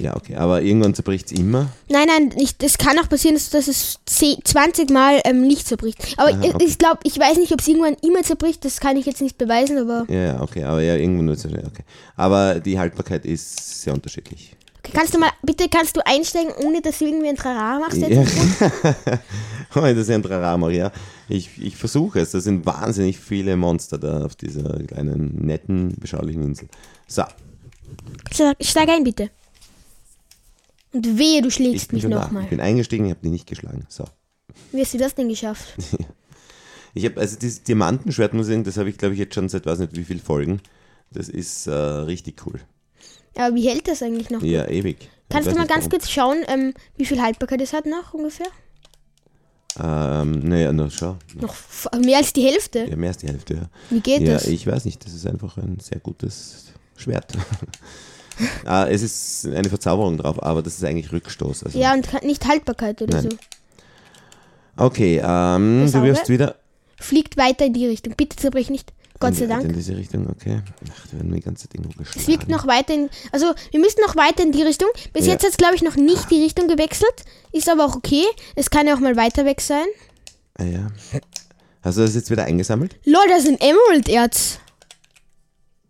[SPEAKER 2] Ja, okay. Aber irgendwann zerbricht es immer.
[SPEAKER 1] Nein, nein, nicht. es kann auch passieren, dass, dass es 10, 20 Mal ähm, nicht zerbricht. Aber ich,
[SPEAKER 2] okay.
[SPEAKER 1] ich glaube, ich weiß nicht, ob es irgendwann immer zerbricht, das kann ich jetzt nicht beweisen, aber
[SPEAKER 2] Ja, ja, okay. Aber ja, irgendwann wird es okay. Aber die Haltbarkeit ist sehr unterschiedlich.
[SPEAKER 1] okay, kannst du mal, bitte kannst du einsteigen, ohne dass du irgendwie ein Trara machst jetzt?
[SPEAKER 2] Ja. Oh, das ist ein Traramer, ja. Ich, ich versuche es. Da sind wahnsinnig viele Monster da auf dieser kleinen, netten, beschaulichen Insel. So,
[SPEAKER 1] Steig, steig ein, bitte. Und wehe, du
[SPEAKER 2] ich
[SPEAKER 1] schlägst
[SPEAKER 2] bin
[SPEAKER 1] mich
[SPEAKER 2] schon da. Ich
[SPEAKER 1] nochmal.
[SPEAKER 2] bin eingestiegen, ich habe die nicht geschlagen. So.
[SPEAKER 1] Wie hast du das denn geschafft?
[SPEAKER 2] Ich habe, also dieses Diamantenschwert, muss ich sagen, das habe ich, glaube ich, jetzt schon seit weiß nicht wie viel Folgen. Das ist äh, richtig cool.
[SPEAKER 1] Aber wie hält das eigentlich noch?
[SPEAKER 2] Ja, ewig.
[SPEAKER 1] Kannst
[SPEAKER 2] Ich
[SPEAKER 1] du
[SPEAKER 2] weiß
[SPEAKER 1] mal
[SPEAKER 2] nicht,
[SPEAKER 1] ganz
[SPEAKER 2] warum.
[SPEAKER 1] kurz schauen, ähm, wie viel Haltbarkeit es hat noch ungefähr?
[SPEAKER 2] Ähm, naja, na schau.
[SPEAKER 1] Noch f- äh, mehr als die Hälfte.
[SPEAKER 2] Ja, mehr als die Hälfte, ja.
[SPEAKER 1] Wie geht
[SPEAKER 2] ja,
[SPEAKER 1] das?
[SPEAKER 2] ich weiß nicht. Das ist einfach ein sehr gutes Schwert. ah, es ist eine Verzauberung drauf, aber das ist eigentlich Rückstoß. Also.
[SPEAKER 1] ja, und ka- nicht Haltbarkeit oder
[SPEAKER 2] Nein.
[SPEAKER 1] so.
[SPEAKER 2] Okay, ähm,
[SPEAKER 1] Das
[SPEAKER 2] du
[SPEAKER 1] Auge?
[SPEAKER 2] wirfst wieder.
[SPEAKER 1] Fliegt weiter in die Richtung. Bitte zerbrich nicht. Gott sei
[SPEAKER 2] in, In
[SPEAKER 1] Dank.
[SPEAKER 2] diese Richtung, okay. Ach, da werden wir die ganze Ding geschlagen.
[SPEAKER 1] Es fliegt noch weiter in. Also, wir müssen noch weiter in die Richtung. Bis
[SPEAKER 2] Ja.
[SPEAKER 1] jetzt hat es, glaube ich, noch nicht die Richtung gewechselt. Ist aber auch okay. Es kann ja auch mal weiter weg sein.
[SPEAKER 2] Ah, ja. Hast du das jetzt wieder eingesammelt?
[SPEAKER 1] Lol, das sind Emerald-Erz.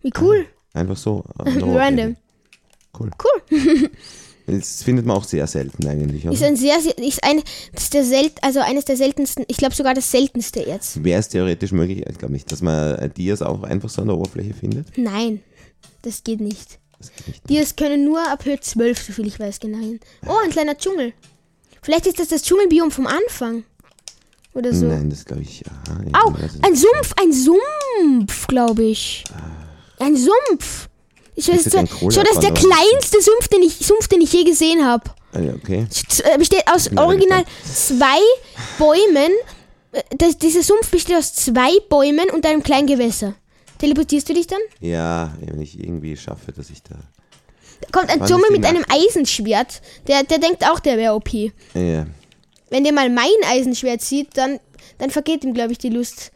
[SPEAKER 1] Wie cool.
[SPEAKER 2] Einfach so. äh, no
[SPEAKER 1] Random.
[SPEAKER 2] Cool.
[SPEAKER 1] Cool.
[SPEAKER 2] Das findet man auch sehr selten eigentlich. Oder?
[SPEAKER 1] Ist ein sehr, sehr- ist ein, das ist der sel also eines der seltensten, ich glaube sogar das seltenste Erz.
[SPEAKER 2] Wäre es theoretisch möglich, ich glaube nicht, dass man äh, Dias auch einfach so an der Oberfläche findet?
[SPEAKER 1] Nein, das geht nicht.
[SPEAKER 2] Das geht nicht.
[SPEAKER 1] Die es können nur ab Höhe 12, soviel ich weiß, gelangen. Oh, ein kleiner Dschungel. Vielleicht ist das das Dschungelbiom vom Anfang. Oder so.
[SPEAKER 2] Nein, das glaube ich. Aha, ja, genau,
[SPEAKER 1] Au,
[SPEAKER 2] das ist-
[SPEAKER 1] ein Sumpf, ein Sumpf, glaube ich. Ein Sumpf. Ich weiß,
[SPEAKER 2] Ist das
[SPEAKER 1] das,
[SPEAKER 2] ein Kohlefall,
[SPEAKER 1] schon, das ist der
[SPEAKER 2] oder?
[SPEAKER 1] kleinste Sumpf, den ich, Sumpf, den ich je gesehen habe.
[SPEAKER 2] Ah, ja, okay.
[SPEAKER 1] Besteht aus
[SPEAKER 2] aber
[SPEAKER 1] original zwei Bäumen. Äh, Das, dieser Sumpf besteht aus zwei Bäumen und einem kleinen Gewässer. Teleportierst du dich dann?
[SPEAKER 2] Ja, wenn ich irgendwie schaffe, dass ich da.
[SPEAKER 1] kommt ein
[SPEAKER 2] Wann
[SPEAKER 1] Dumme
[SPEAKER 2] ist die
[SPEAKER 1] mit einem Eisenschwert. Der, der denkt auch, der wäre OP.
[SPEAKER 2] ah, Ja,
[SPEAKER 1] Wenn der mal mein Eisenschwert sieht, dann, dann vergeht ihm, glaube ich, die Lust.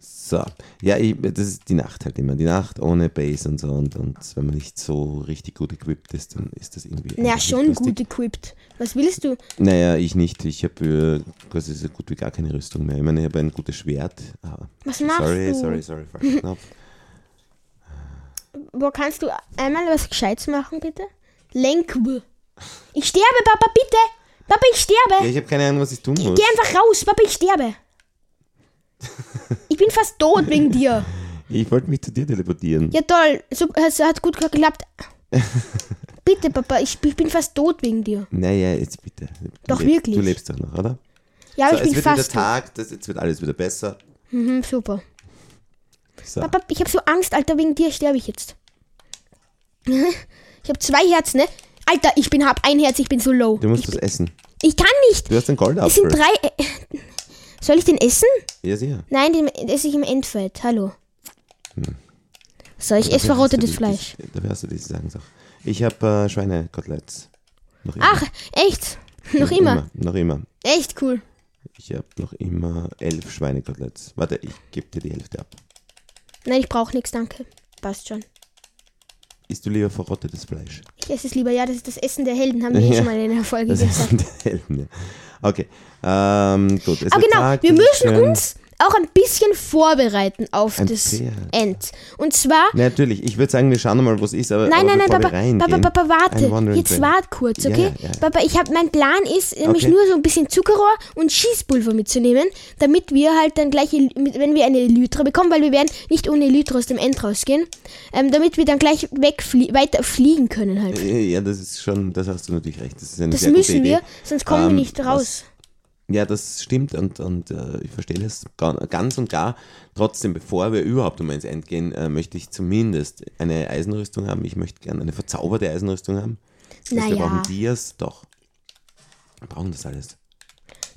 [SPEAKER 2] so. Ja, ich, das ist die Nacht halt immer. Die Nacht ohne Base und so. Und, und wenn man nicht so richtig gut equipped ist, dann ist das irgendwie.
[SPEAKER 1] Naja,
[SPEAKER 2] einfach
[SPEAKER 1] schon
[SPEAKER 2] nicht lustig.
[SPEAKER 1] gut equipped. Was willst du?
[SPEAKER 2] Naja, ich nicht. Ich habe äh, quasi so gut wie gar keine Rüstung mehr. Ich meine, ich habe ein gutes Schwert. Aber
[SPEAKER 1] Was machst
[SPEAKER 2] sorry,
[SPEAKER 1] du?
[SPEAKER 2] sorry, sorry, falscher Knopf.
[SPEAKER 1] Wo kannst du einmal was Gescheites machen, bitte? Lenk. Ich sterbe, Papa, bitte. Papa, ich
[SPEAKER 2] Ja,
[SPEAKER 1] sterbe.
[SPEAKER 2] ich habe keine Ahnung, was ich tun muss.
[SPEAKER 1] Geh einfach raus, Papa, ich sterbe. Ich bin fast tot wegen dir.
[SPEAKER 2] Ich wollte mich zu dir teleportieren.
[SPEAKER 1] Ja, toll. So, es hat gut geklappt. Bitte, Papa, ich, ich bin fast tot wegen dir.
[SPEAKER 2] Naja, jetzt bitte. Du
[SPEAKER 1] Doch,
[SPEAKER 2] lebst-
[SPEAKER 1] wirklich.
[SPEAKER 2] Du lebst doch noch, oder?
[SPEAKER 1] Ja, aber
[SPEAKER 2] so,
[SPEAKER 1] ich
[SPEAKER 2] es
[SPEAKER 1] bin
[SPEAKER 2] wird wieder
[SPEAKER 1] fast tot.
[SPEAKER 2] Tag, das, jetzt wird alles wieder besser.
[SPEAKER 1] Mhm, super.
[SPEAKER 2] So.
[SPEAKER 1] Papa, ich habe so Angst, Alter, wegen dir sterbe ich jetzt. Ich habe zwei Herzen, ne? Alter, ich bin hab ein Herz, ich bin so low.
[SPEAKER 2] Du musst was essen.
[SPEAKER 1] Ich kann nicht.
[SPEAKER 2] Du hast einen
[SPEAKER 1] Es sind
[SPEAKER 2] Goldapfel.
[SPEAKER 1] drei. Äh, soll ich den essen?
[SPEAKER 2] Ja, sicher.
[SPEAKER 1] Nein, den esse ich im Endfight. Hallo.
[SPEAKER 2] Hm.
[SPEAKER 1] So, ich esse
[SPEAKER 2] Dafür hast du
[SPEAKER 1] verrotetes
[SPEAKER 2] die-
[SPEAKER 1] Fleisch.
[SPEAKER 2] die- Dafür hast du diese Sachen Sache. Ich habe äh, Schweinekoteletts. Noch immer.
[SPEAKER 1] Ach, echt? Noch immer.
[SPEAKER 2] Noch immer.
[SPEAKER 1] Echt cool.
[SPEAKER 2] Ich habe noch immer elf Schweinekoteletts. Warte, ich gebe dir die Hälfte ab.
[SPEAKER 1] Nein, ich brauche nichts, danke. Passt schon.
[SPEAKER 2] Isst du lieber verrottetes Fleisch?
[SPEAKER 1] Ich esse es lieber. Ja, das ist das Essen der Helden, haben wir eh
[SPEAKER 2] Ja.
[SPEAKER 1] schon mal in der Folge
[SPEAKER 2] Das
[SPEAKER 1] gesagt.
[SPEAKER 2] ist der Helden, ja. Okay. Ähm, gut. Es
[SPEAKER 1] Ah,
[SPEAKER 2] wird
[SPEAKER 1] genau.
[SPEAKER 2] Tag,
[SPEAKER 1] wir
[SPEAKER 2] es ist
[SPEAKER 1] müssen
[SPEAKER 2] schön.
[SPEAKER 1] uns auch ein bisschen vorbereiten auf
[SPEAKER 2] Ein
[SPEAKER 1] das
[SPEAKER 2] Pferd.
[SPEAKER 1] End. Und zwar.
[SPEAKER 2] Na, Natürlich, ich würde sagen, wir schauen mal, was ist, aber.
[SPEAKER 1] Nein,
[SPEAKER 2] aber
[SPEAKER 1] nein, nein,
[SPEAKER 2] bevor
[SPEAKER 1] Papa,
[SPEAKER 2] wir reingehen,
[SPEAKER 1] Papa, Papa,
[SPEAKER 2] ein
[SPEAKER 1] warte.
[SPEAKER 2] Wandering
[SPEAKER 1] Jetzt
[SPEAKER 2] Plan.
[SPEAKER 1] wart kurz,
[SPEAKER 2] Ja,
[SPEAKER 1] okay?
[SPEAKER 2] ja, ja.
[SPEAKER 1] Papa, ich hab, mein Plan ist, nämlich
[SPEAKER 2] Okay.
[SPEAKER 1] nur so ein bisschen Zuckerrohr und Schießpulver mitzunehmen, damit wir halt dann gleich, El- mit- wenn wir eine Elytra bekommen, weil wir werden nicht ohne Elytra aus dem End rausgehen, ähm, damit wir dann gleich wegflie weiter fliegen können halt.
[SPEAKER 2] Äh, Ja, das ist schon, das hast du natürlich recht. Das ist eine
[SPEAKER 1] Das
[SPEAKER 2] sehr gute
[SPEAKER 1] müssen
[SPEAKER 2] Idee.
[SPEAKER 1] wir, sonst kommen
[SPEAKER 2] Ähm,
[SPEAKER 1] wir nicht raus.
[SPEAKER 2] Ja, das stimmt und, und äh, ich verstehe das ga- ganz und gar. Trotzdem, bevor wir überhaupt um ins End gehen, äh, möchte ich zumindest eine Eisenrüstung haben. Ich möchte gerne eine verzauberte Eisenrüstung haben. Das heißt, wir
[SPEAKER 1] Naja.
[SPEAKER 2] brauchen Dias, doch. Wir brauchen das alles.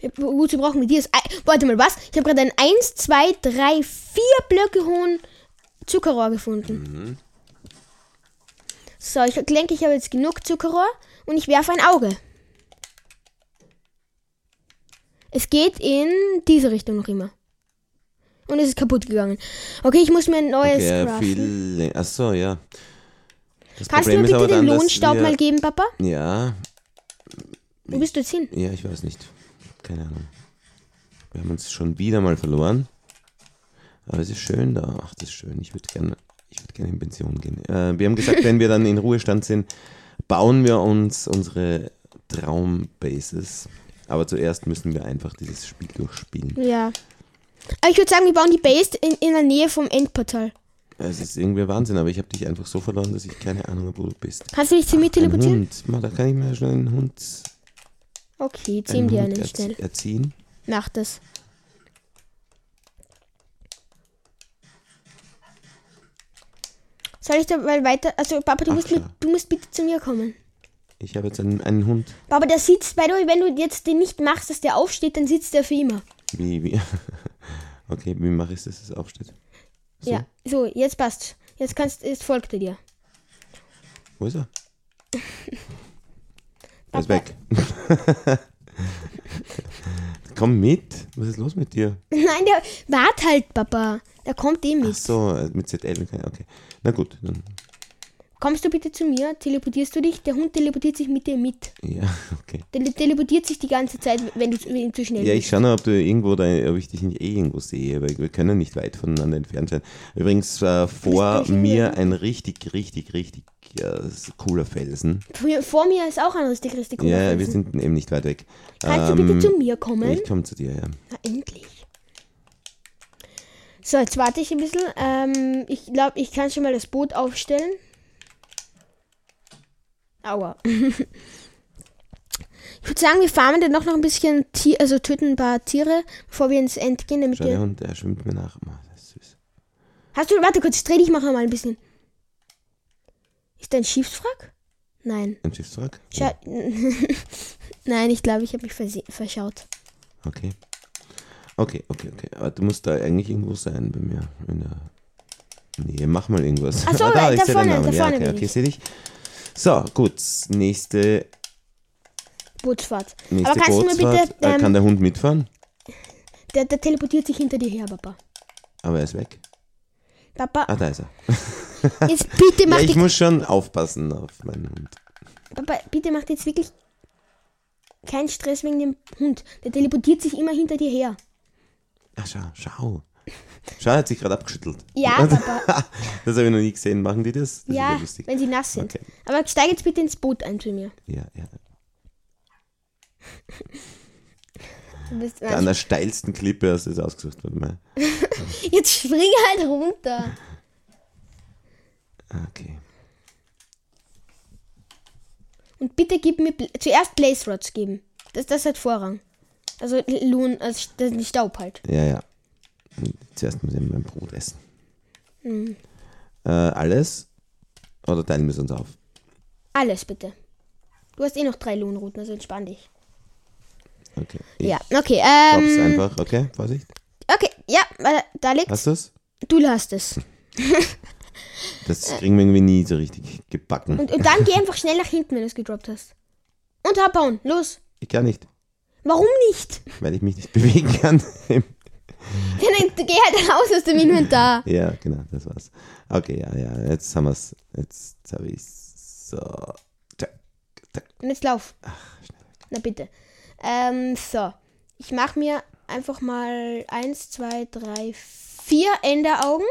[SPEAKER 1] Ja, Wozu brauchen wir die? Das Ei- Warte mal, was? Ich habe gerade einen 1, 2, 3, 4 Blöcke hohen Zuckerrohr gefunden. So, ich denke, ich habe jetzt genug Zuckerrohr und ich werfe ein Auge. Es geht in diese Richtung noch immer. Und es ist kaputt gegangen. Okay, ich muss mir ein neues
[SPEAKER 2] Okay,
[SPEAKER 1] craften.
[SPEAKER 2] viel. Achso, ja. Das
[SPEAKER 1] Kannst du mir bitte den
[SPEAKER 2] dass
[SPEAKER 1] Lohnstaub
[SPEAKER 2] wir-
[SPEAKER 1] mal geben, Papa?
[SPEAKER 2] Ja,
[SPEAKER 1] Wo bist du jetzt hin?
[SPEAKER 2] ja, ich weiß nicht. Keine Ahnung. Wir haben uns schon wieder mal verloren. Aber es ist schön da. Ach, das ist schön. Ich würde gerne ich würde gerne in Pension gehen. Äh, wir haben gesagt, wenn wir dann in Ruhestand sind, bauen wir uns unsere Traumbases. Aber zuerst müssen wir einfach dieses Spiel durchspielen.
[SPEAKER 1] Ja. Aber Ah, ich würde sagen, wir bauen die Base in, in der Nähe vom Endportal.
[SPEAKER 2] Es ist irgendwie Wahnsinn, aber ich habe dich einfach so verloren, dass ich keine Ahnung habe, wo du bist.
[SPEAKER 1] Kannst du dich zu mir
[SPEAKER 2] Ein
[SPEAKER 1] teleportieren?
[SPEAKER 2] Hund. Ma, Da kann ich mir schnell einen Hund,
[SPEAKER 1] Okay, zieh
[SPEAKER 2] einen
[SPEAKER 1] dir
[SPEAKER 2] Hund
[SPEAKER 1] einen
[SPEAKER 2] erz-
[SPEAKER 1] schnell.
[SPEAKER 2] erziehen.
[SPEAKER 1] Mach das. Soll ich da mal weiter? Also, Papa, du,
[SPEAKER 2] Ach,
[SPEAKER 1] musst, mit,
[SPEAKER 2] klar.
[SPEAKER 1] du musst bitte zu mir kommen.
[SPEAKER 2] Ich habe jetzt einen, einen Hund.
[SPEAKER 1] Papa, der sitzt, weil du, wenn du jetzt den nicht machst, dass der aufsteht, dann sitzt der für immer.
[SPEAKER 2] Wie, wie? Okay, wie mache ich es, dass es aufsteht? So.
[SPEAKER 1] Ja, so, jetzt passt. Jetzt kannst, jetzt folgt er dir.
[SPEAKER 2] Wo ist er? Er ist
[SPEAKER 1] Papa.
[SPEAKER 2] weg. Komm mit. Was ist los mit dir?
[SPEAKER 1] Nein, der, wart halt, Papa. Der kommt eh
[SPEAKER 2] Ach
[SPEAKER 1] mit.
[SPEAKER 2] so, äh, mit ZL. kann- Okay. Na gut. Dann,
[SPEAKER 1] Kommst du bitte zu mir? Teleportierst du dich? Der Hund teleportiert sich mit dir mit.
[SPEAKER 2] ja, okay.
[SPEAKER 1] Der teleportiert sich die ganze Zeit, wenn du wenn ihm zu schnell
[SPEAKER 2] Ja,
[SPEAKER 1] bist.
[SPEAKER 2] ich schaue noch, ob, du irgendwo da, ob ich dich nicht eh irgendwo sehe, weil wir können nicht weit voneinander entfernt sein. Übrigens äh, vor
[SPEAKER 1] gleich neben
[SPEAKER 2] mir
[SPEAKER 1] mir.
[SPEAKER 2] ein richtig, richtig, richtig äh, cooler Felsen.
[SPEAKER 1] Vor- Vor mir ist auch ein richtig, richtig cooler
[SPEAKER 2] Ja,
[SPEAKER 1] Felsen.
[SPEAKER 2] wir sind eben nicht weit weg. Äh,
[SPEAKER 1] Kannst du bitte zu mir kommen?
[SPEAKER 2] Ich komme zu dir, ja.
[SPEAKER 1] Na, endlich. So, jetzt warte ich ein bisschen. Ähm, ich glaube, ich kann schon mal das Boot aufstellen. Aua. ich würde sagen, wir farmen dann noch, noch ein bisschen, Tier, also töten ein paar Tiere, bevor wir ins End gehen. Damit
[SPEAKER 2] Schau, der
[SPEAKER 1] wir
[SPEAKER 2] Hund, der schwimmt mir nach. Oh, das ist süß.
[SPEAKER 1] Hast du, warte kurz, ich dreh dich, mach noch mal ein bisschen. Ist dein Schiffswrack? Nein.
[SPEAKER 2] Ein Schiffswrack?
[SPEAKER 1] Scha Nein, ich glaube, ich habe mich verse- verschaut.
[SPEAKER 2] Okay. Okay, okay, okay. Aber du musst da eigentlich irgendwo sein bei mir. In der Nähe. Mach mal irgendwas.
[SPEAKER 1] Ach so,
[SPEAKER 2] Ah,
[SPEAKER 1] da
[SPEAKER 2] ich seh deinen
[SPEAKER 1] vorne, da
[SPEAKER 2] Namen. Ja,
[SPEAKER 1] vorne
[SPEAKER 2] okay,
[SPEAKER 1] bin
[SPEAKER 2] okay,
[SPEAKER 1] ich.
[SPEAKER 2] seh dich. So, gut. Nächste,
[SPEAKER 1] Bootsfahrt.
[SPEAKER 2] nächste
[SPEAKER 1] Aber kannst du mir
[SPEAKER 2] Bootsfahrt.
[SPEAKER 1] bitte.
[SPEAKER 2] Äh,
[SPEAKER 1] Ähm,
[SPEAKER 2] kann der Hund mitfahren?
[SPEAKER 1] Der, der teleportiert sich hinter dir her, Papa.
[SPEAKER 2] Aber er ist weg.
[SPEAKER 1] Papa,
[SPEAKER 2] Ah, da ist er.
[SPEAKER 1] jetzt bitte mach
[SPEAKER 2] Ah, Ja, ich
[SPEAKER 1] dich.
[SPEAKER 2] muss schon aufpassen auf meinen Hund.
[SPEAKER 1] Papa, bitte mach jetzt wirklich keinen Stress wegen dem Hund. Der teleportiert sich immer hinter dir her.
[SPEAKER 2] Ach, Ah, schau, schau. Schau, er hat sich gerade abgeschüttelt.
[SPEAKER 1] Ja, Papa.
[SPEAKER 2] Das habe ich noch nie gesehen. Machen die das? das
[SPEAKER 1] ja,
[SPEAKER 2] Ist ja, lustig.
[SPEAKER 1] wenn sie nass sind.
[SPEAKER 2] Okay.
[SPEAKER 1] Aber steig jetzt bitte ins Boot ein zu mir.
[SPEAKER 2] ja, ja.
[SPEAKER 1] Du bist,
[SPEAKER 2] An der steilsten Klippe hast du das ausgesucht. Warte mal.
[SPEAKER 1] jetzt spring halt runter.
[SPEAKER 2] Ah, Okay.
[SPEAKER 1] Und bitte gib mir Bl- zuerst Blaze Rods geben. Das, das hat Vorrang. Also Lohn, also St- den Staub halt.
[SPEAKER 2] Ja, ja. Zuerst muss ich mein Brot essen.
[SPEAKER 1] Mhm.
[SPEAKER 2] Äh, alles? Oder teilen wir es uns auf?
[SPEAKER 1] Alles bitte. Du hast eh noch drei Lohnrouten, also entspann dich.
[SPEAKER 2] Okay.
[SPEAKER 1] ja, okay.
[SPEAKER 2] Ich glaub's
[SPEAKER 1] Ähm,
[SPEAKER 2] einfach. Okay, Vorsicht.
[SPEAKER 1] okay, ja, äh, da liegt.
[SPEAKER 2] Hast du's?
[SPEAKER 1] Du hast es.
[SPEAKER 2] Das kriegen wir irgendwie nie so richtig gebacken.
[SPEAKER 1] Und, und dann geh einfach schnell nach hinten, wenn du es gedroppt hast. Und abhauen, los.
[SPEAKER 2] Ich kann nicht,
[SPEAKER 1] Warum nicht?
[SPEAKER 2] weil ich mich nicht bewegen kann.
[SPEAKER 1] Dann geh halt raus aus dem Inventar.
[SPEAKER 2] ja, genau, das war's. Okay, ja, ja, jetzt haben wir's. Jetzt habe ich's. So. Zack, zack.
[SPEAKER 1] Und jetzt lauf. Na bitte. Ähm, so. Ich mach mir einfach mal eins, zwei, drei, vier Enderaugen.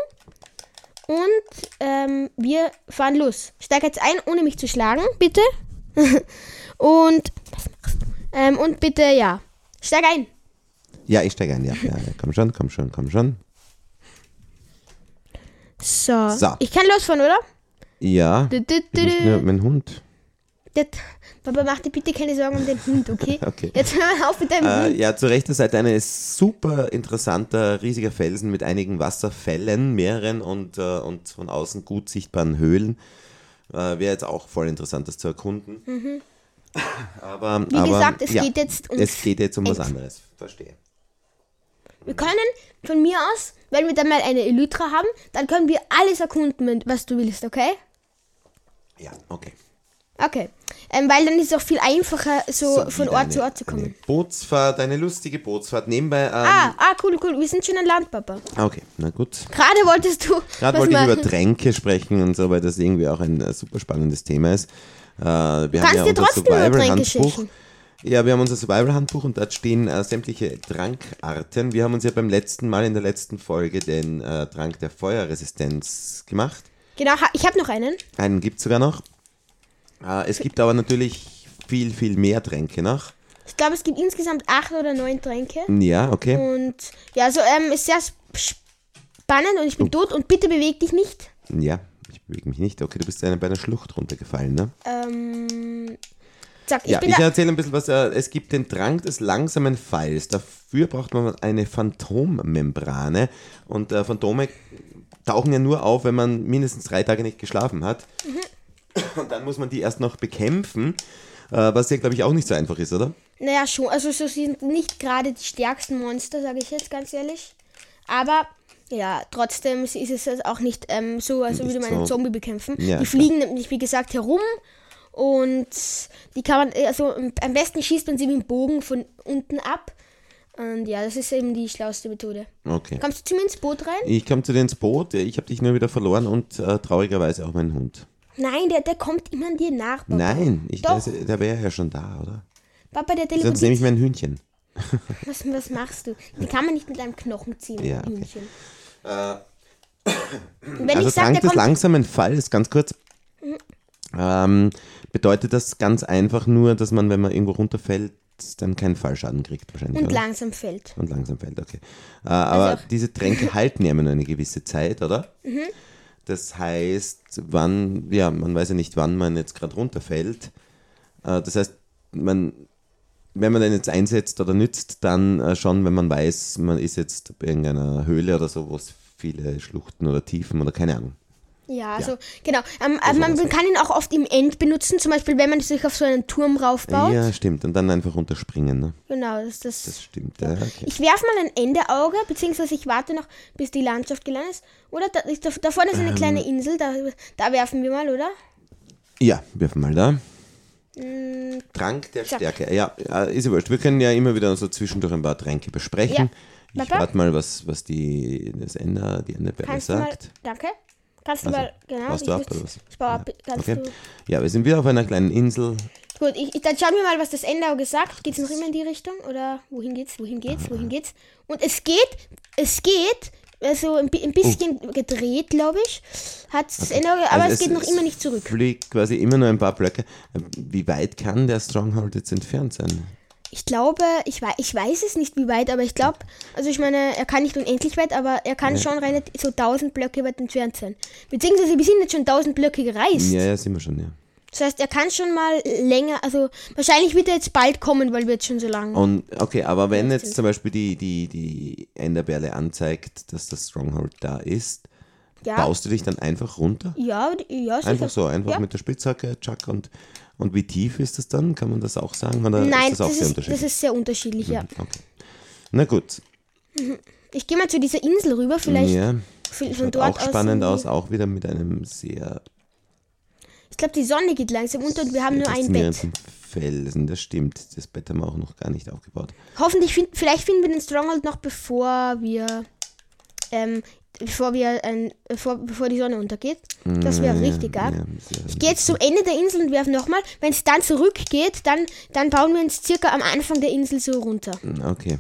[SPEAKER 1] Und ähm, wir fahren los. Steig jetzt ein, ohne mich zu schlagen, bitte. und, ähm, und bitte, ja. Steig ein.
[SPEAKER 2] Ja, ich steige ein. Ja, ja, ja, komm schon, komm schon, komm schon.
[SPEAKER 1] So.
[SPEAKER 2] So.
[SPEAKER 1] Ich kann losfahren, oder?
[SPEAKER 2] Ja.
[SPEAKER 1] Du, du,
[SPEAKER 2] Ich
[SPEAKER 1] du,
[SPEAKER 2] muss
[SPEAKER 1] du.
[SPEAKER 2] nur mein Hund.
[SPEAKER 1] Das, Papa, mach dir bitte keine Sorgen um den Hund, okay?
[SPEAKER 2] Okay.
[SPEAKER 1] Jetzt hör mal auf mit deinem
[SPEAKER 2] Äh,
[SPEAKER 1] Hund.
[SPEAKER 2] ja, zur rechten Seite ein super interessanter, riesiger Felsen mit einigen Wasserfällen, mehreren und, äh, und von außen gut sichtbaren Höhlen. Äh, Wäre jetzt auch voll interessant, das zu erkunden. Aber,
[SPEAKER 1] Mhm. Wie
[SPEAKER 2] aber,
[SPEAKER 1] gesagt, es
[SPEAKER 2] ja,
[SPEAKER 1] geht jetzt um
[SPEAKER 2] Es geht jetzt um was
[SPEAKER 1] Ent-
[SPEAKER 2] anderes. Verstehe.
[SPEAKER 1] Wir können von mir aus, wenn wir dann mal eine Elytra haben, dann können wir alles erkunden, wenn- was du willst, okay?
[SPEAKER 2] Ja, okay.
[SPEAKER 1] Okay. Ähm, weil dann ist es auch viel einfacher, so,
[SPEAKER 2] So,
[SPEAKER 1] von
[SPEAKER 2] wieder
[SPEAKER 1] Ort
[SPEAKER 2] eine-
[SPEAKER 1] zu Ort zu kommen.
[SPEAKER 2] Eine Bootsfahrt, eine lustige Bootsfahrt. Nebenbei. Ähm,
[SPEAKER 1] Ah, ah, cool, cool. Wir sind schon an Land, Papa.
[SPEAKER 2] Okay, na gut.
[SPEAKER 1] Gerade wolltest du.
[SPEAKER 2] Gerade
[SPEAKER 1] was
[SPEAKER 2] wollte ich
[SPEAKER 1] machen.
[SPEAKER 2] über Tränke sprechen und so, weil das irgendwie auch ein äh, super spannendes Thema ist. Äh, wir du haben
[SPEAKER 1] kannst
[SPEAKER 2] ja
[SPEAKER 1] dir
[SPEAKER 2] unser
[SPEAKER 1] trotzdem über Tränke
[SPEAKER 2] Survival-Handbuch.
[SPEAKER 1] schimpfen.
[SPEAKER 2] Ja, wir haben unser Survival-Handbuch und dort stehen äh, sämtliche Trankarten. Wir haben uns ja beim letzten Mal in der letzten Folge den äh, Trank der Feuerresistenz gemacht.
[SPEAKER 1] Genau, ha- ich habe noch einen.
[SPEAKER 2] Einen gibt es sogar noch. Äh, es gibt aber natürlich viel, viel mehr Tränke noch.
[SPEAKER 1] Ich glaube, es gibt insgesamt acht oder neun Tränke.
[SPEAKER 2] Ja, okay.
[SPEAKER 1] Und ja, so ähm, ist sehr sp- spannend und ich bin tot und bitte beweg dich nicht.
[SPEAKER 2] Ja, ich bewege mich nicht. Okay, du bist ja bei einer Schlucht runtergefallen, ne?
[SPEAKER 1] Ähm, zack, ich
[SPEAKER 2] Ja,
[SPEAKER 1] bin
[SPEAKER 2] ich
[SPEAKER 1] da.
[SPEAKER 2] erzähle ein bisschen was. Äh, es gibt den Drang des langsamen Falls. Dafür braucht man eine Phantommembrane. Und äh, Phantome tauchen ja nur auf, wenn man mindestens drei Tage nicht geschlafen hat.
[SPEAKER 1] Mhm.
[SPEAKER 2] Und dann muss man die erst noch bekämpfen. Äh, was ja, glaube ich, auch nicht so einfach ist, oder?
[SPEAKER 1] Naja, schon. Also, so sind nicht gerade die stärksten Monster, sage ich jetzt ganz ehrlich. Aber ja, trotzdem ist es jetzt auch nicht ähm, so, als würde man einen
[SPEAKER 2] so.
[SPEAKER 1] Zombie bekämpfen.
[SPEAKER 2] Ja,
[SPEAKER 1] die
[SPEAKER 2] klar.
[SPEAKER 1] fliegen nämlich, wie gesagt, herum. Und die kann man, also am besten schießt man sie mit dem Bogen von unten ab. Und ja, das ist eben die schlauste Methode.
[SPEAKER 2] Okay.
[SPEAKER 1] Kommst du zu mir ins Boot rein?
[SPEAKER 2] Ich komme zu dir ins Boot. Ich habe dich nur wieder verloren und äh, traurigerweise auch meinen Hund.
[SPEAKER 1] Nein, der, der kommt immer dir nach. Papa.
[SPEAKER 2] Nein, ich
[SPEAKER 1] Oh. Doch.
[SPEAKER 2] weiß, der wäre ja schon da, oder?
[SPEAKER 1] Papa, der
[SPEAKER 2] Sonst
[SPEAKER 1] teleportiert
[SPEAKER 2] nehme ich mein Hühnchen.
[SPEAKER 1] Was, was machst du? Die kann man nicht mit einem Knochen ziehen.
[SPEAKER 2] Ja, okay. Äh,
[SPEAKER 1] Hühnchen. Wenn
[SPEAKER 2] also
[SPEAKER 1] ich sage,
[SPEAKER 2] Drang
[SPEAKER 1] der
[SPEAKER 2] des
[SPEAKER 1] kommt,
[SPEAKER 2] langsamen Falls, ganz kurz, ähm, bedeutet das ganz einfach nur, dass man, wenn man irgendwo runterfällt, dann keinen Fallschaden kriegt wahrscheinlich.
[SPEAKER 1] und
[SPEAKER 2] oder?
[SPEAKER 1] langsam fällt.
[SPEAKER 2] und langsam fällt, okay. Äh, aber
[SPEAKER 1] Also- Mhm.
[SPEAKER 2] diese Tränke halten ja immer nur eine gewisse Zeit, oder? Das heißt, wann, ja, man weiß ja nicht, wann man jetzt gerade runterfällt. Äh, das heißt, man, wenn man den jetzt einsetzt oder nützt, dann äh, schon, wenn man weiß, man ist jetzt in irgendeiner Höhle oder so, wo es viele Schluchten oder Tiefen oder keine Ahnung.
[SPEAKER 1] Ja, also genau. Ähm, äh, man kann ihn auch oft im End benutzen, zum Beispiel wenn man sich auf so einen Turm raufbaut.
[SPEAKER 2] Ja, stimmt. Und dann einfach runterspringen, ne?
[SPEAKER 1] Genau, das, das,
[SPEAKER 2] Das stimmt. Ja, okay.
[SPEAKER 1] Ich werfe mal ein Endeauge, beziehungsweise ich warte noch, bis die Landschaft gelangt ist. Oder da, ich, da, da vorne
[SPEAKER 2] Ähm.
[SPEAKER 1] ist eine kleine Insel, da, da werfen wir mal, oder?
[SPEAKER 2] ja werfen mal da. Trank der
[SPEAKER 1] Äh, Zack.
[SPEAKER 2] Stärke. Ja, ja, ist ja wurscht. Wir können ja immer wieder so zwischendurch ein paar Tränke besprechen.
[SPEAKER 1] Ja.
[SPEAKER 2] Ich
[SPEAKER 1] Papa?
[SPEAKER 2] warte mal, was, was die, das Ender, die Enderbärme
[SPEAKER 1] Kannst du
[SPEAKER 2] sagt.
[SPEAKER 1] mal. Danke. Kannst du
[SPEAKER 2] Also,
[SPEAKER 1] mal. Genau,
[SPEAKER 2] baust
[SPEAKER 1] ich,
[SPEAKER 2] du ab,
[SPEAKER 1] würd-
[SPEAKER 2] oder was?
[SPEAKER 1] ich baue ab. Kannst
[SPEAKER 2] Okay.
[SPEAKER 1] du.
[SPEAKER 2] Ja, wir sind wieder auf einer kleinen Insel.
[SPEAKER 1] Gut, ich, ich, dann schauen wir mal, was das Endauge sagt. Geht's noch immer in die Richtung? Oder wohin geht's? Wohin geht's? Wohin geht's? Und es geht, es geht, also ein, bi- ein bisschen gedreht, glaube ich, hat das Endauge, aber
[SPEAKER 2] Oh. Also
[SPEAKER 1] es geht noch immer nicht zurück.
[SPEAKER 2] Fliegt quasi immer nur ein paar Blöcke. Wie weit kann der Stronghold jetzt entfernt sein?
[SPEAKER 1] Ich glaube, ich, wei ich weiß es nicht, wie weit, aber ich glaube, also ich meine, er kann nicht unendlich weit, aber er kann schon relativ so 1000 Blöcke weit entfernt sein. Beziehungsweise wir sind jetzt schon 1000 Blöcke gereist.
[SPEAKER 2] Ja, ja, sind wir schon, ja.
[SPEAKER 1] Das heißt, er kann schon mal länger, also wahrscheinlich wird er jetzt bald kommen, weil wir jetzt schon so lange.
[SPEAKER 2] Und okay, aber wenn jetzt zum Beispiel die, die, die Enderperle anzeigt, dass das Stronghold da ist,
[SPEAKER 1] ja,
[SPEAKER 2] baust du dich dann einfach runter?
[SPEAKER 1] ja, ja, sicher.
[SPEAKER 2] Einfach so, einfach
[SPEAKER 1] ja.
[SPEAKER 2] mit der Spitzhacke, Chuck und, und wie tief ist das dann? Kann man das auch sagen? Oder
[SPEAKER 1] Nein,
[SPEAKER 2] ist das auch
[SPEAKER 1] das
[SPEAKER 2] sehr
[SPEAKER 1] ist, das
[SPEAKER 2] unterschiedlich? Mhm.
[SPEAKER 1] ist sehr unterschiedlich, ja.
[SPEAKER 2] okay. Na gut.
[SPEAKER 1] Ich gehe mal zu dieser Insel rüber, vielleicht
[SPEAKER 2] Ja.
[SPEAKER 1] von von
[SPEAKER 2] Schaut
[SPEAKER 1] dort
[SPEAKER 2] auch spannend
[SPEAKER 1] irgendwie-
[SPEAKER 2] aus, auch wieder mit einem sehr
[SPEAKER 1] Ich glaube, die Sonne geht langsam unter und wir haben nur ein Bett.
[SPEAKER 2] faszinierenden Felsen. Das stimmt. Das Bett haben wir auch noch gar nicht aufgebaut.
[SPEAKER 1] Hoffentlich, find, vielleicht finden wir den Stronghold noch bevor wir, ähm, bevor wir, ein, bevor, bevor die Sonne untergeht. Das wäre richtig geil.
[SPEAKER 2] Mm, Ja, sehr-
[SPEAKER 1] Ich gehe jetzt zum Ende der Insel und werfe nochmal. Wenn es dann zurückgeht, dann, dann bauen wir uns circa am Anfang der Insel so runter.
[SPEAKER 2] Okay.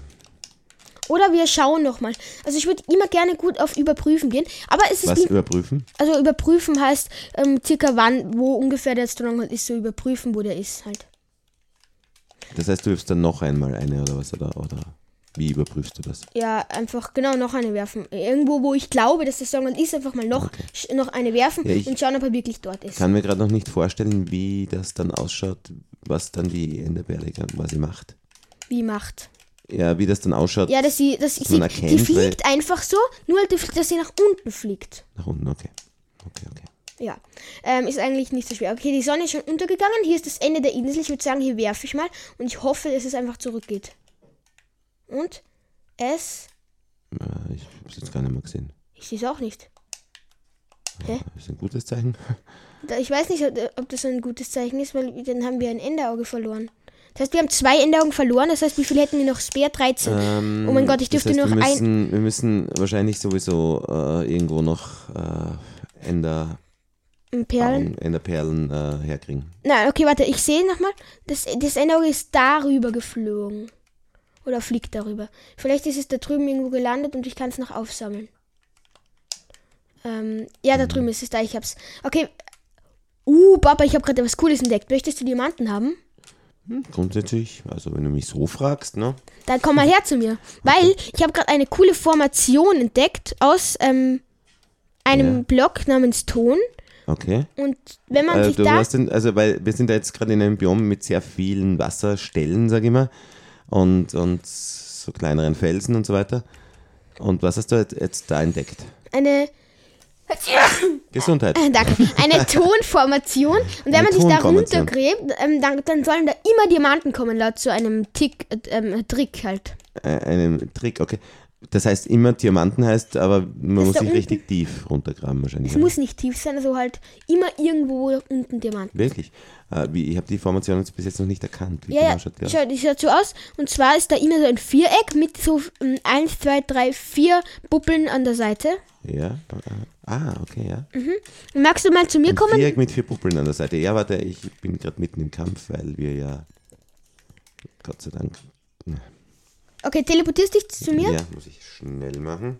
[SPEAKER 1] Oder wir schauen nochmal. Also ich würde immer gerne gut auf überprüfen gehen. Aber es ist
[SPEAKER 2] Was
[SPEAKER 1] nicht,
[SPEAKER 2] überprüfen?
[SPEAKER 1] also überprüfen heißt ähm, circa wann, wo ungefähr der Stronghold ist, so überprüfen, wo der ist halt.
[SPEAKER 2] Das heißt, du wirfst dann noch einmal eine oder was? Oder, oder wie überprüfst du das?
[SPEAKER 1] Ja, einfach genau noch eine werfen. Irgendwo, wo ich glaube, dass der Stronghold ist, einfach mal noch, sch- noch eine werfen
[SPEAKER 2] Ja, ich-
[SPEAKER 1] und schauen, ob er wirklich dort ist.
[SPEAKER 2] Kann mir gerade noch nicht vorstellen, wie das dann ausschaut, was dann die Enderperle quasi macht.
[SPEAKER 1] Wie macht.
[SPEAKER 2] Ja, wie das dann ausschaut
[SPEAKER 1] Ja, dass sie, dass sie,
[SPEAKER 2] man
[SPEAKER 1] die
[SPEAKER 2] erkennt,
[SPEAKER 1] fliegt einfach so, nur halt, dass sie nach unten fliegt.
[SPEAKER 2] nach unten. Okay. Okay, okay.
[SPEAKER 1] Ja, ähm, ist eigentlich nicht so schwer. Okay, die Sonne ist schon untergegangen. Hier ist das Ende der Insel. Ich würde sagen, hier werfe ich mal und ich hoffe, dass es einfach zurückgeht. Und es.
[SPEAKER 2] Äh, Ich habe es jetzt gar nicht mehr gesehen.
[SPEAKER 1] Ich sehe es auch nicht.
[SPEAKER 2] Das ist ein gutes Zeichen.
[SPEAKER 1] Da- Ich weiß nicht, ob- ob das ein gutes Zeichen ist, weil dann haben wir ein Enderauge verloren. Das heißt, wir haben zwei Enderaugen verloren. Das heißt, wie viel hätten wir noch? Speer 13. oh mein Gott, ich
[SPEAKER 2] Ähm, Das
[SPEAKER 1] dürfte
[SPEAKER 2] heißt,
[SPEAKER 1] nur
[SPEAKER 2] wir
[SPEAKER 1] noch ein.
[SPEAKER 2] müssen, Wir müssen wahrscheinlich sowieso äh, irgendwo noch äh, Ender,
[SPEAKER 1] Perlen.
[SPEAKER 2] Enderperlen äh, herkriegen.
[SPEAKER 1] Nein, okay, warte, ich sehe nochmal. Das, das Endauge ist darüber geflogen. Oder fliegt darüber. Vielleicht ist es da drüben irgendwo gelandet und ich kann es noch aufsammeln. Ähm, ja, da drüben ist es da, ich hab's. Okay. Uh, Papa, ich habe gerade was Cooles entdeckt. Möchtest du Diamanten haben?
[SPEAKER 2] Grundsätzlich, also wenn du mich so fragst, ne?
[SPEAKER 1] Dann komm mal her zu mir. Weil ich habe gerade eine coole Formation entdeckt aus ähm, einem
[SPEAKER 2] Ja.
[SPEAKER 1] Block namens Ton.
[SPEAKER 2] Okay.
[SPEAKER 1] Und wenn man
[SPEAKER 2] Äh,
[SPEAKER 1] sich
[SPEAKER 2] du
[SPEAKER 1] da.
[SPEAKER 2] hast den, also weil wir sind da jetzt gerade in einem Biom mit sehr vielen Wasserstellen, sage ich mal, und, und so kleineren Felsen und so weiter. Und was hast du jetzt, jetzt da entdeckt?
[SPEAKER 1] eine.
[SPEAKER 2] Gesundheit.
[SPEAKER 1] Äh, Danke. Eine Tonformation. Und wenn man sich da
[SPEAKER 2] Tonformation.
[SPEAKER 1] runtergräbt, ähm, dann, dann sollen da immer Diamanten kommen, laut so einem Tick, äh, ähm, Trick halt.
[SPEAKER 2] Äh, einen Trick, okay. Das heißt immer Diamanten heißt, aber man muss
[SPEAKER 1] da
[SPEAKER 2] sich
[SPEAKER 1] unten-
[SPEAKER 2] richtig tief runtergraben wahrscheinlich.
[SPEAKER 1] Es muss nicht tief sein, also halt immer irgendwo unten Diamanten.
[SPEAKER 2] Wirklich. Äh, wie, ich habe die Formation jetzt bis jetzt noch nicht erkannt. Wie
[SPEAKER 1] Ja, ja,
[SPEAKER 2] genau schaut die aus?
[SPEAKER 1] schaut, schaut so aus. Und zwar ist da immer so ein Viereck mit so ähm, 1, 2, 3, 4 Buppeln an der Seite.
[SPEAKER 2] Ja. Ah, okay, ja.
[SPEAKER 1] Magst du mal zu mir kommen?
[SPEAKER 2] Viereck mit vier Puppeln an der Seite. Ja, warte, ich bin gerade mitten im Kampf, weil wir ja Gott sei Dank.
[SPEAKER 1] Okay, teleportierst dich zu mir,
[SPEAKER 2] Ja, muss ich schnell machen.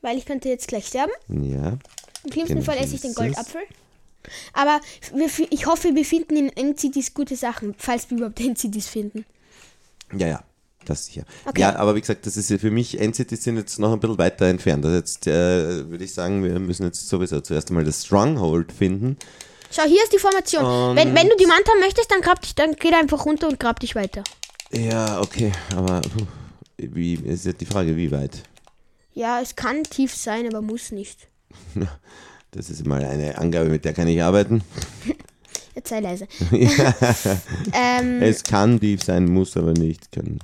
[SPEAKER 1] weil ich könnte jetzt gleich sterben.
[SPEAKER 2] Ja.
[SPEAKER 1] Im schlimmsten
[SPEAKER 2] Genau,
[SPEAKER 1] Fall
[SPEAKER 2] so
[SPEAKER 1] esse ich den
[SPEAKER 2] ist es.
[SPEAKER 1] Goldapfel. Aber wir, fi- ich hoffe, wir finden in NCDs gute Sachen, falls wir überhaupt NCDs finden.
[SPEAKER 2] Ja, ja. Das sicher.
[SPEAKER 1] Okay.
[SPEAKER 2] Ja, aber wie gesagt, das ist ja für mich, NCTs sind jetzt noch ein bisschen weiter entfernt. Also jetzt äh, würde ich sagen, wir müssen jetzt sowieso zuerst einmal das Stronghold finden.
[SPEAKER 1] Schau, hier ist die Formation.
[SPEAKER 2] Ähm,
[SPEAKER 1] wenn, wenn du Diamant haben möchtest, dann grab dich, dann geh da einfach runter und grab dich weiter.
[SPEAKER 2] Ja, okay, aber puh, wie ist jetzt die Frage, wie weit?
[SPEAKER 1] Ja, es kann tief sein, aber muss nicht.
[SPEAKER 2] Das ist mal eine Angabe, mit der kann ich arbeiten.
[SPEAKER 1] Jetzt sei leise. ähm,
[SPEAKER 2] Es kann tief sein, muss aber nicht. Kann,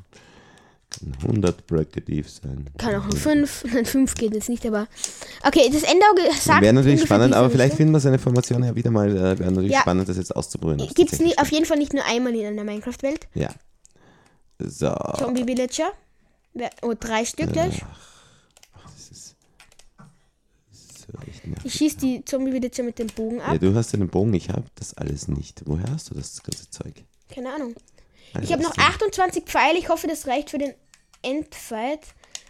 [SPEAKER 2] kann 100 Blöcke tief sein.
[SPEAKER 1] kann auch nur 5. Nein, 5 geht jetzt nicht, aber. Okay, das Endauge sagt.
[SPEAKER 2] Wäre natürlich
[SPEAKER 1] ungefähr
[SPEAKER 2] spannend,
[SPEAKER 1] diese
[SPEAKER 2] aber vielleicht
[SPEAKER 1] Richtung.
[SPEAKER 2] finden wir so eine Formation ja wieder mal. Äh, Wäre natürlich
[SPEAKER 1] Ja.
[SPEAKER 2] spannend, das jetzt auszuprobieren. ob's
[SPEAKER 1] Gibt's
[SPEAKER 2] tatsächlich
[SPEAKER 1] nie, auf jeden Fall nicht nur einmal in einer Minecraft-Welt.
[SPEAKER 2] stimmt. Ja. So.
[SPEAKER 1] Zombie-Villager. Wer- Oh, drei Stück gleich.
[SPEAKER 2] Das ist, das ist so echt nervig.
[SPEAKER 1] Ich schieß die Zombie-Villager mit dem Bogen ab.
[SPEAKER 2] Ja, du hast ja den Bogen, ich habe das alles nicht. Woher hast du das ganze Zeug?
[SPEAKER 1] Keine Ahnung. Ich
[SPEAKER 2] Also,
[SPEAKER 1] habe noch
[SPEAKER 2] hast du-
[SPEAKER 1] 28 Pfeile. Ich hoffe, das reicht für den Endfight.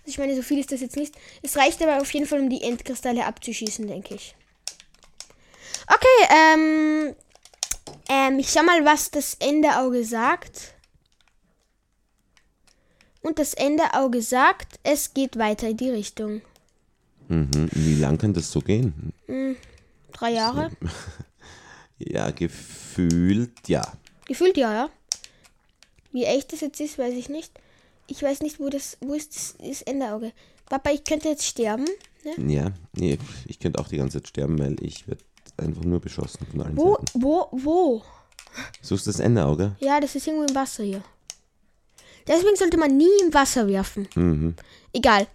[SPEAKER 1] Also Ich meine, so viel ist das jetzt nicht. Es reicht aber auf jeden Fall, um die Endkristalle abzuschießen, denke ich. Okay, ähm, ähm, ich schau mal, was das Enderauge sagt. Und das Enderauge sagt, es geht weiter in die Richtung.
[SPEAKER 2] Mhm. Wie lang kann das so gehen?
[SPEAKER 1] Drei Jahre?
[SPEAKER 2] Ja, gefühlt ja.
[SPEAKER 1] Gefühlt ja, ja. Wie echt das jetzt ist, weiß ich nicht. Ich weiß nicht, wo das, wo ist das, das Enderauge. Papa, ich könnte jetzt sterben. Ne?
[SPEAKER 2] Ja, nee, ich könnte auch die ganze Zeit sterben, weil ich werde einfach nur beschossen von allen
[SPEAKER 1] Wo,
[SPEAKER 2] Seiten.
[SPEAKER 1] wo, wo?
[SPEAKER 2] Suchst das Enderauge?
[SPEAKER 1] Ja, das ist irgendwo im Wasser hier. Deswegen sollte man nie im Wasser werfen. Egal.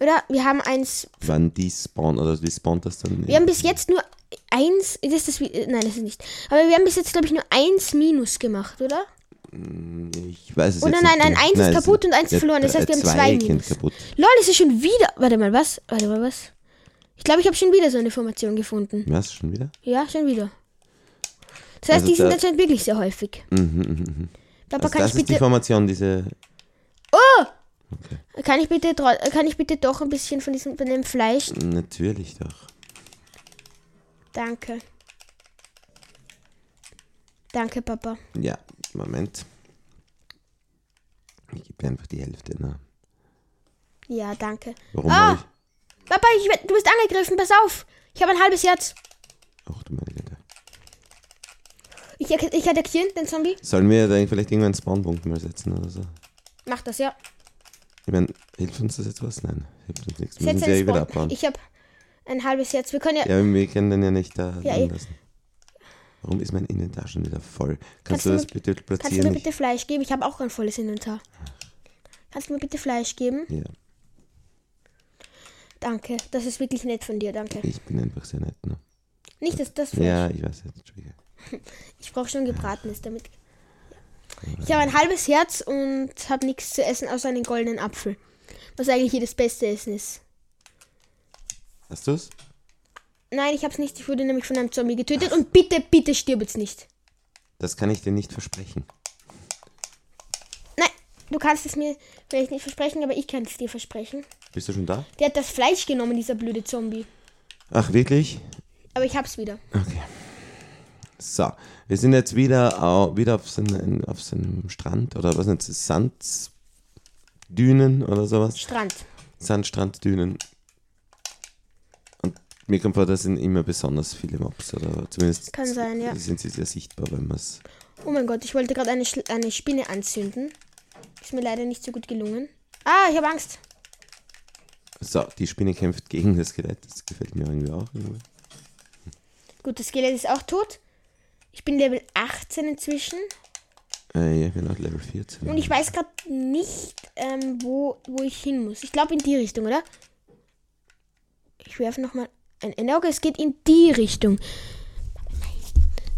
[SPEAKER 1] Oder wir haben eins.
[SPEAKER 2] Wann die spawnen oder wie spawnt das dann?
[SPEAKER 1] Wir haben bis jetzt nur eins. Das ist das, wie- äh, nein, das ist nicht. Aber wir haben bis jetzt, glaube ich, nur eins Minus gemacht, oder?
[SPEAKER 2] ich weiß es
[SPEAKER 1] Oder
[SPEAKER 2] jetzt
[SPEAKER 1] nein,
[SPEAKER 2] nicht.
[SPEAKER 1] nein, eins ist
[SPEAKER 2] Nein, es
[SPEAKER 1] kaputt und eins
[SPEAKER 2] ja,
[SPEAKER 1] verloren. Das heißt, wir haben
[SPEAKER 2] drei
[SPEAKER 1] zwei
[SPEAKER 2] gehen
[SPEAKER 1] Minus.
[SPEAKER 2] kaputt.
[SPEAKER 1] Lol, es ist schon wieder. Warte mal, was? Warte mal, was? Ich glaube, ich habe schon wieder so eine Formation gefunden.
[SPEAKER 2] Was, schon wieder?
[SPEAKER 1] Ja, schon wieder. Das heißt,
[SPEAKER 2] Also Mhm,
[SPEAKER 1] die sind
[SPEAKER 2] da-
[SPEAKER 1] anscheinend wirklich sehr häufig. Papa,
[SPEAKER 2] Also
[SPEAKER 1] kann
[SPEAKER 2] das
[SPEAKER 1] ich
[SPEAKER 2] ist die
[SPEAKER 1] bitte.
[SPEAKER 2] Formation, diese...
[SPEAKER 1] Kann ich bitte, tro- äh, kann ich bitte doch ein bisschen von diesem von dem Fleisch?
[SPEAKER 2] Natürlich doch.
[SPEAKER 1] Danke. Danke, Papa.
[SPEAKER 2] Ja, Moment. Ich gebe einfach die Hälfte. Na,
[SPEAKER 1] Ja, danke.
[SPEAKER 2] warum
[SPEAKER 1] Ah!
[SPEAKER 2] ah. ich...
[SPEAKER 1] Papa, ich, werd- du bist angegriffen, pass auf. Ich habe ein halbes Herz.
[SPEAKER 2] Ach du meine Güte.
[SPEAKER 1] Ich, attack- ich attackiere den Zombie.
[SPEAKER 2] Sollen wir da vielleicht irgendwann einen Spawnpunkt mal setzen oder so?
[SPEAKER 1] Mach das, ja.
[SPEAKER 2] Ich meine, hilft uns das jetzt was? Nein, hilft uns nichts. Wir
[SPEAKER 1] Setz
[SPEAKER 2] müssen sie ja eh
[SPEAKER 1] einen
[SPEAKER 2] wieder
[SPEAKER 1] Spawn.
[SPEAKER 2] abbauen.
[SPEAKER 1] Ich habe ein halbes Herz. Wir können ja.
[SPEAKER 2] Ja, wir können den ja nicht da
[SPEAKER 1] Ja,
[SPEAKER 2] liegen
[SPEAKER 1] eh.
[SPEAKER 2] lassen. Warum ist mein Inventar schon wieder voll? Kannst,
[SPEAKER 1] Kannst
[SPEAKER 2] du
[SPEAKER 1] du
[SPEAKER 2] das
[SPEAKER 1] mir-
[SPEAKER 2] bitte
[SPEAKER 1] Kannst du mir
[SPEAKER 2] platzieren?
[SPEAKER 1] bitte Fleisch geben? Ich habe auch ein volles Inventar. Kannst du mir bitte Fleisch geben?
[SPEAKER 2] Ich, ja,
[SPEAKER 1] Danke. Das ist wirklich nett von dir, danke.
[SPEAKER 2] ich bin einfach sehr nett. Ne?
[SPEAKER 1] Nicht, dass das Fleisch.
[SPEAKER 2] Ja, ich weiß jetzt. Entschuldige.
[SPEAKER 1] Ich brauche schon gebratenes damit. Ich habe ein halbes Herz und habe nichts zu essen außer einen goldenen Apfel. Was eigentlich hier das beste Essen ist.
[SPEAKER 2] Hast du es?
[SPEAKER 1] Nein, ich hab's nicht. Ich wurde nämlich von einem Zombie getötet. Und bitte, bitte stirb jetzt nicht.
[SPEAKER 2] Das kann ich dir nicht versprechen.
[SPEAKER 1] Nein, du kannst es mir vielleicht nicht versprechen, aber ich kann es dir versprechen.
[SPEAKER 2] Bist du schon da?
[SPEAKER 1] Der hat das Fleisch genommen, dieser blöde Zombie.
[SPEAKER 2] Ach, wirklich?
[SPEAKER 1] Aber ich hab's wieder.
[SPEAKER 2] Okay. So, wir sind jetzt wieder, au, wieder auf so einem auf so einem Strand oder was nicht, Sanddünen oder sowas.
[SPEAKER 1] Strand.
[SPEAKER 2] Sandstranddünen. Und mir kommt vor, da sind immer besonders viele Mobs oder zumindest
[SPEAKER 1] Kann sein, ja.
[SPEAKER 2] sind sie sehr sichtbar, wenn man es.
[SPEAKER 1] Oh mein Gott, ich wollte gerade eine, Schl- eine Spinne anzünden. Ist mir leider nicht so gut gelungen. Ah, ich habe Angst.
[SPEAKER 2] So, die Spinne kämpft gegen das Skelett. Das gefällt mir irgendwie auch. irgendwie.
[SPEAKER 1] Gut, das Skelett ist auch tot. Ich bin Level 18 inzwischen.
[SPEAKER 2] Äh, ja, genau, Level 14.
[SPEAKER 1] Und ich weiß gerade nicht, ähm, wo, wo ich hin muss. Ich glaube in die Richtung, oder? Ich werfe nochmal ein Endauge. Es geht in die Richtung.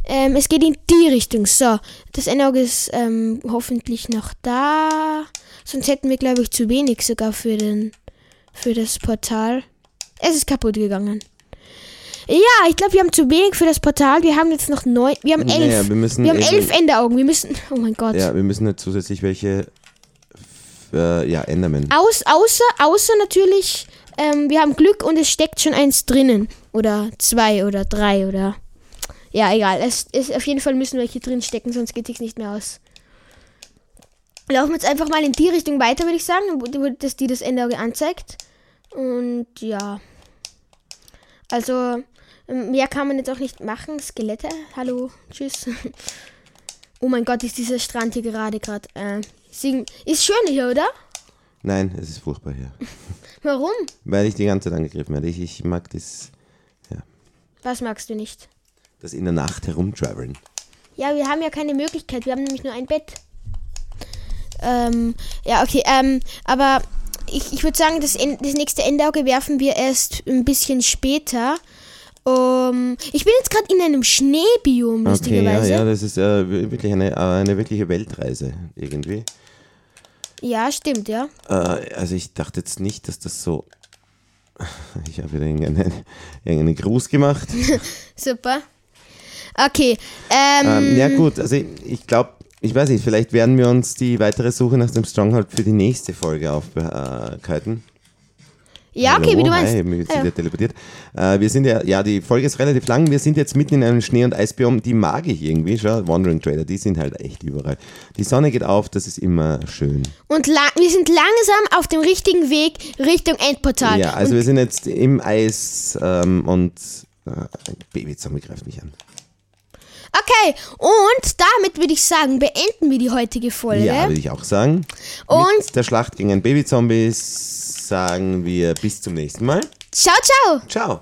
[SPEAKER 1] Ähm, es geht in die Richtung. So, das Endauge ist ähm, hoffentlich noch da. Sonst hätten wir, glaube ich, zu wenig sogar für, den, für das Portal. Es ist kaputt gegangen. Ja, ich glaube, wir haben zu wenig für das Portal. Wir haben jetzt noch neun. Wir haben elf.
[SPEAKER 2] Naja, wir müssen
[SPEAKER 1] haben
[SPEAKER 2] eben-
[SPEAKER 1] elf Enderaugen. Wir müssen. Oh mein Gott.
[SPEAKER 2] ja, wir müssen halt zusätzlich welche f- äh, ja, Endermen.
[SPEAKER 1] Aus, außer, außer natürlich, ähm, wir haben Glück und es steckt schon eins drinnen. Oder zwei oder drei oder. Ja, egal. Es ist, auf jeden Fall müssen welche drin stecken, sonst geht es nicht mehr aus. Laufen wir jetzt einfach mal in die Richtung weiter, würde ich sagen, wo, wo, dass die das Endauge anzeigt. Und ja. Also, ähm, mehr kann man jetzt auch nicht machen. Skelette, hallo, tschüss. oh mein Gott, ist dieser Strand hier gerade gerade. Äh, sing- ist schön hier, oder?
[SPEAKER 2] Nein, es ist furchtbar hier.
[SPEAKER 1] Warum?
[SPEAKER 2] Weil ich die ganze Zeit angegriffen werde. Ich, ich mag das,
[SPEAKER 1] Was magst du nicht?
[SPEAKER 2] das in der Nacht herumtraveln.
[SPEAKER 1] Ja, wir haben ja keine Möglichkeit. Wir haben nämlich nur ein Bett. Ähm, ja, okay. Ähm, aber ich, ich würde sagen, das, en- das nächste Endauge werfen wir erst ein bisschen später. Ähm, ich bin jetzt gerade in einem Schneebiom,
[SPEAKER 2] Okay, ja,
[SPEAKER 1] lustigerweise.
[SPEAKER 2] ja, das ist äh, wirklich eine, äh, eine wirkliche Weltreise irgendwie.
[SPEAKER 1] ja. stimmt, ja.
[SPEAKER 2] Äh, also ich dachte jetzt nicht, dass das so... Ich habe wieder irgendeinen, irgendeinen Gruß gemacht.
[SPEAKER 1] Super. Okay. Ähm,
[SPEAKER 2] Ähm, ja gut, also ich, ich glaube, ich weiß nicht, vielleicht werden wir uns die weitere Suche nach dem Stronghold für die nächste Folge aufbehalten.
[SPEAKER 1] ja, okay, wie du meinst.
[SPEAKER 2] Hi, wir sind ja.
[SPEAKER 1] Ja.
[SPEAKER 2] teleportiert. Äh, wir sind ja, ja, die Folge ist relativ lang. Wir sind jetzt mitten in einem Schnee- und Eisbiom. Die mag ich irgendwie. Schau, Wandering Trader, die sind halt echt überall. Die Sonne geht auf, das ist immer schön.
[SPEAKER 1] Und la wir sind langsam auf dem richtigen Weg Richtung Endportal.
[SPEAKER 2] Ja, also wir sind jetzt im Eis ähm, und äh, ein Babyzombie greift mich an.
[SPEAKER 1] Okay, und damit würde ich sagen, beenden wir die heutige Folge.
[SPEAKER 2] Ja, würde ich auch sagen. Mit
[SPEAKER 1] Und-
[SPEAKER 2] der Schlacht gegen ein Babyzombies sagen wir bis zum nächsten Mal.
[SPEAKER 1] Ciao, ciao!
[SPEAKER 2] Ciao.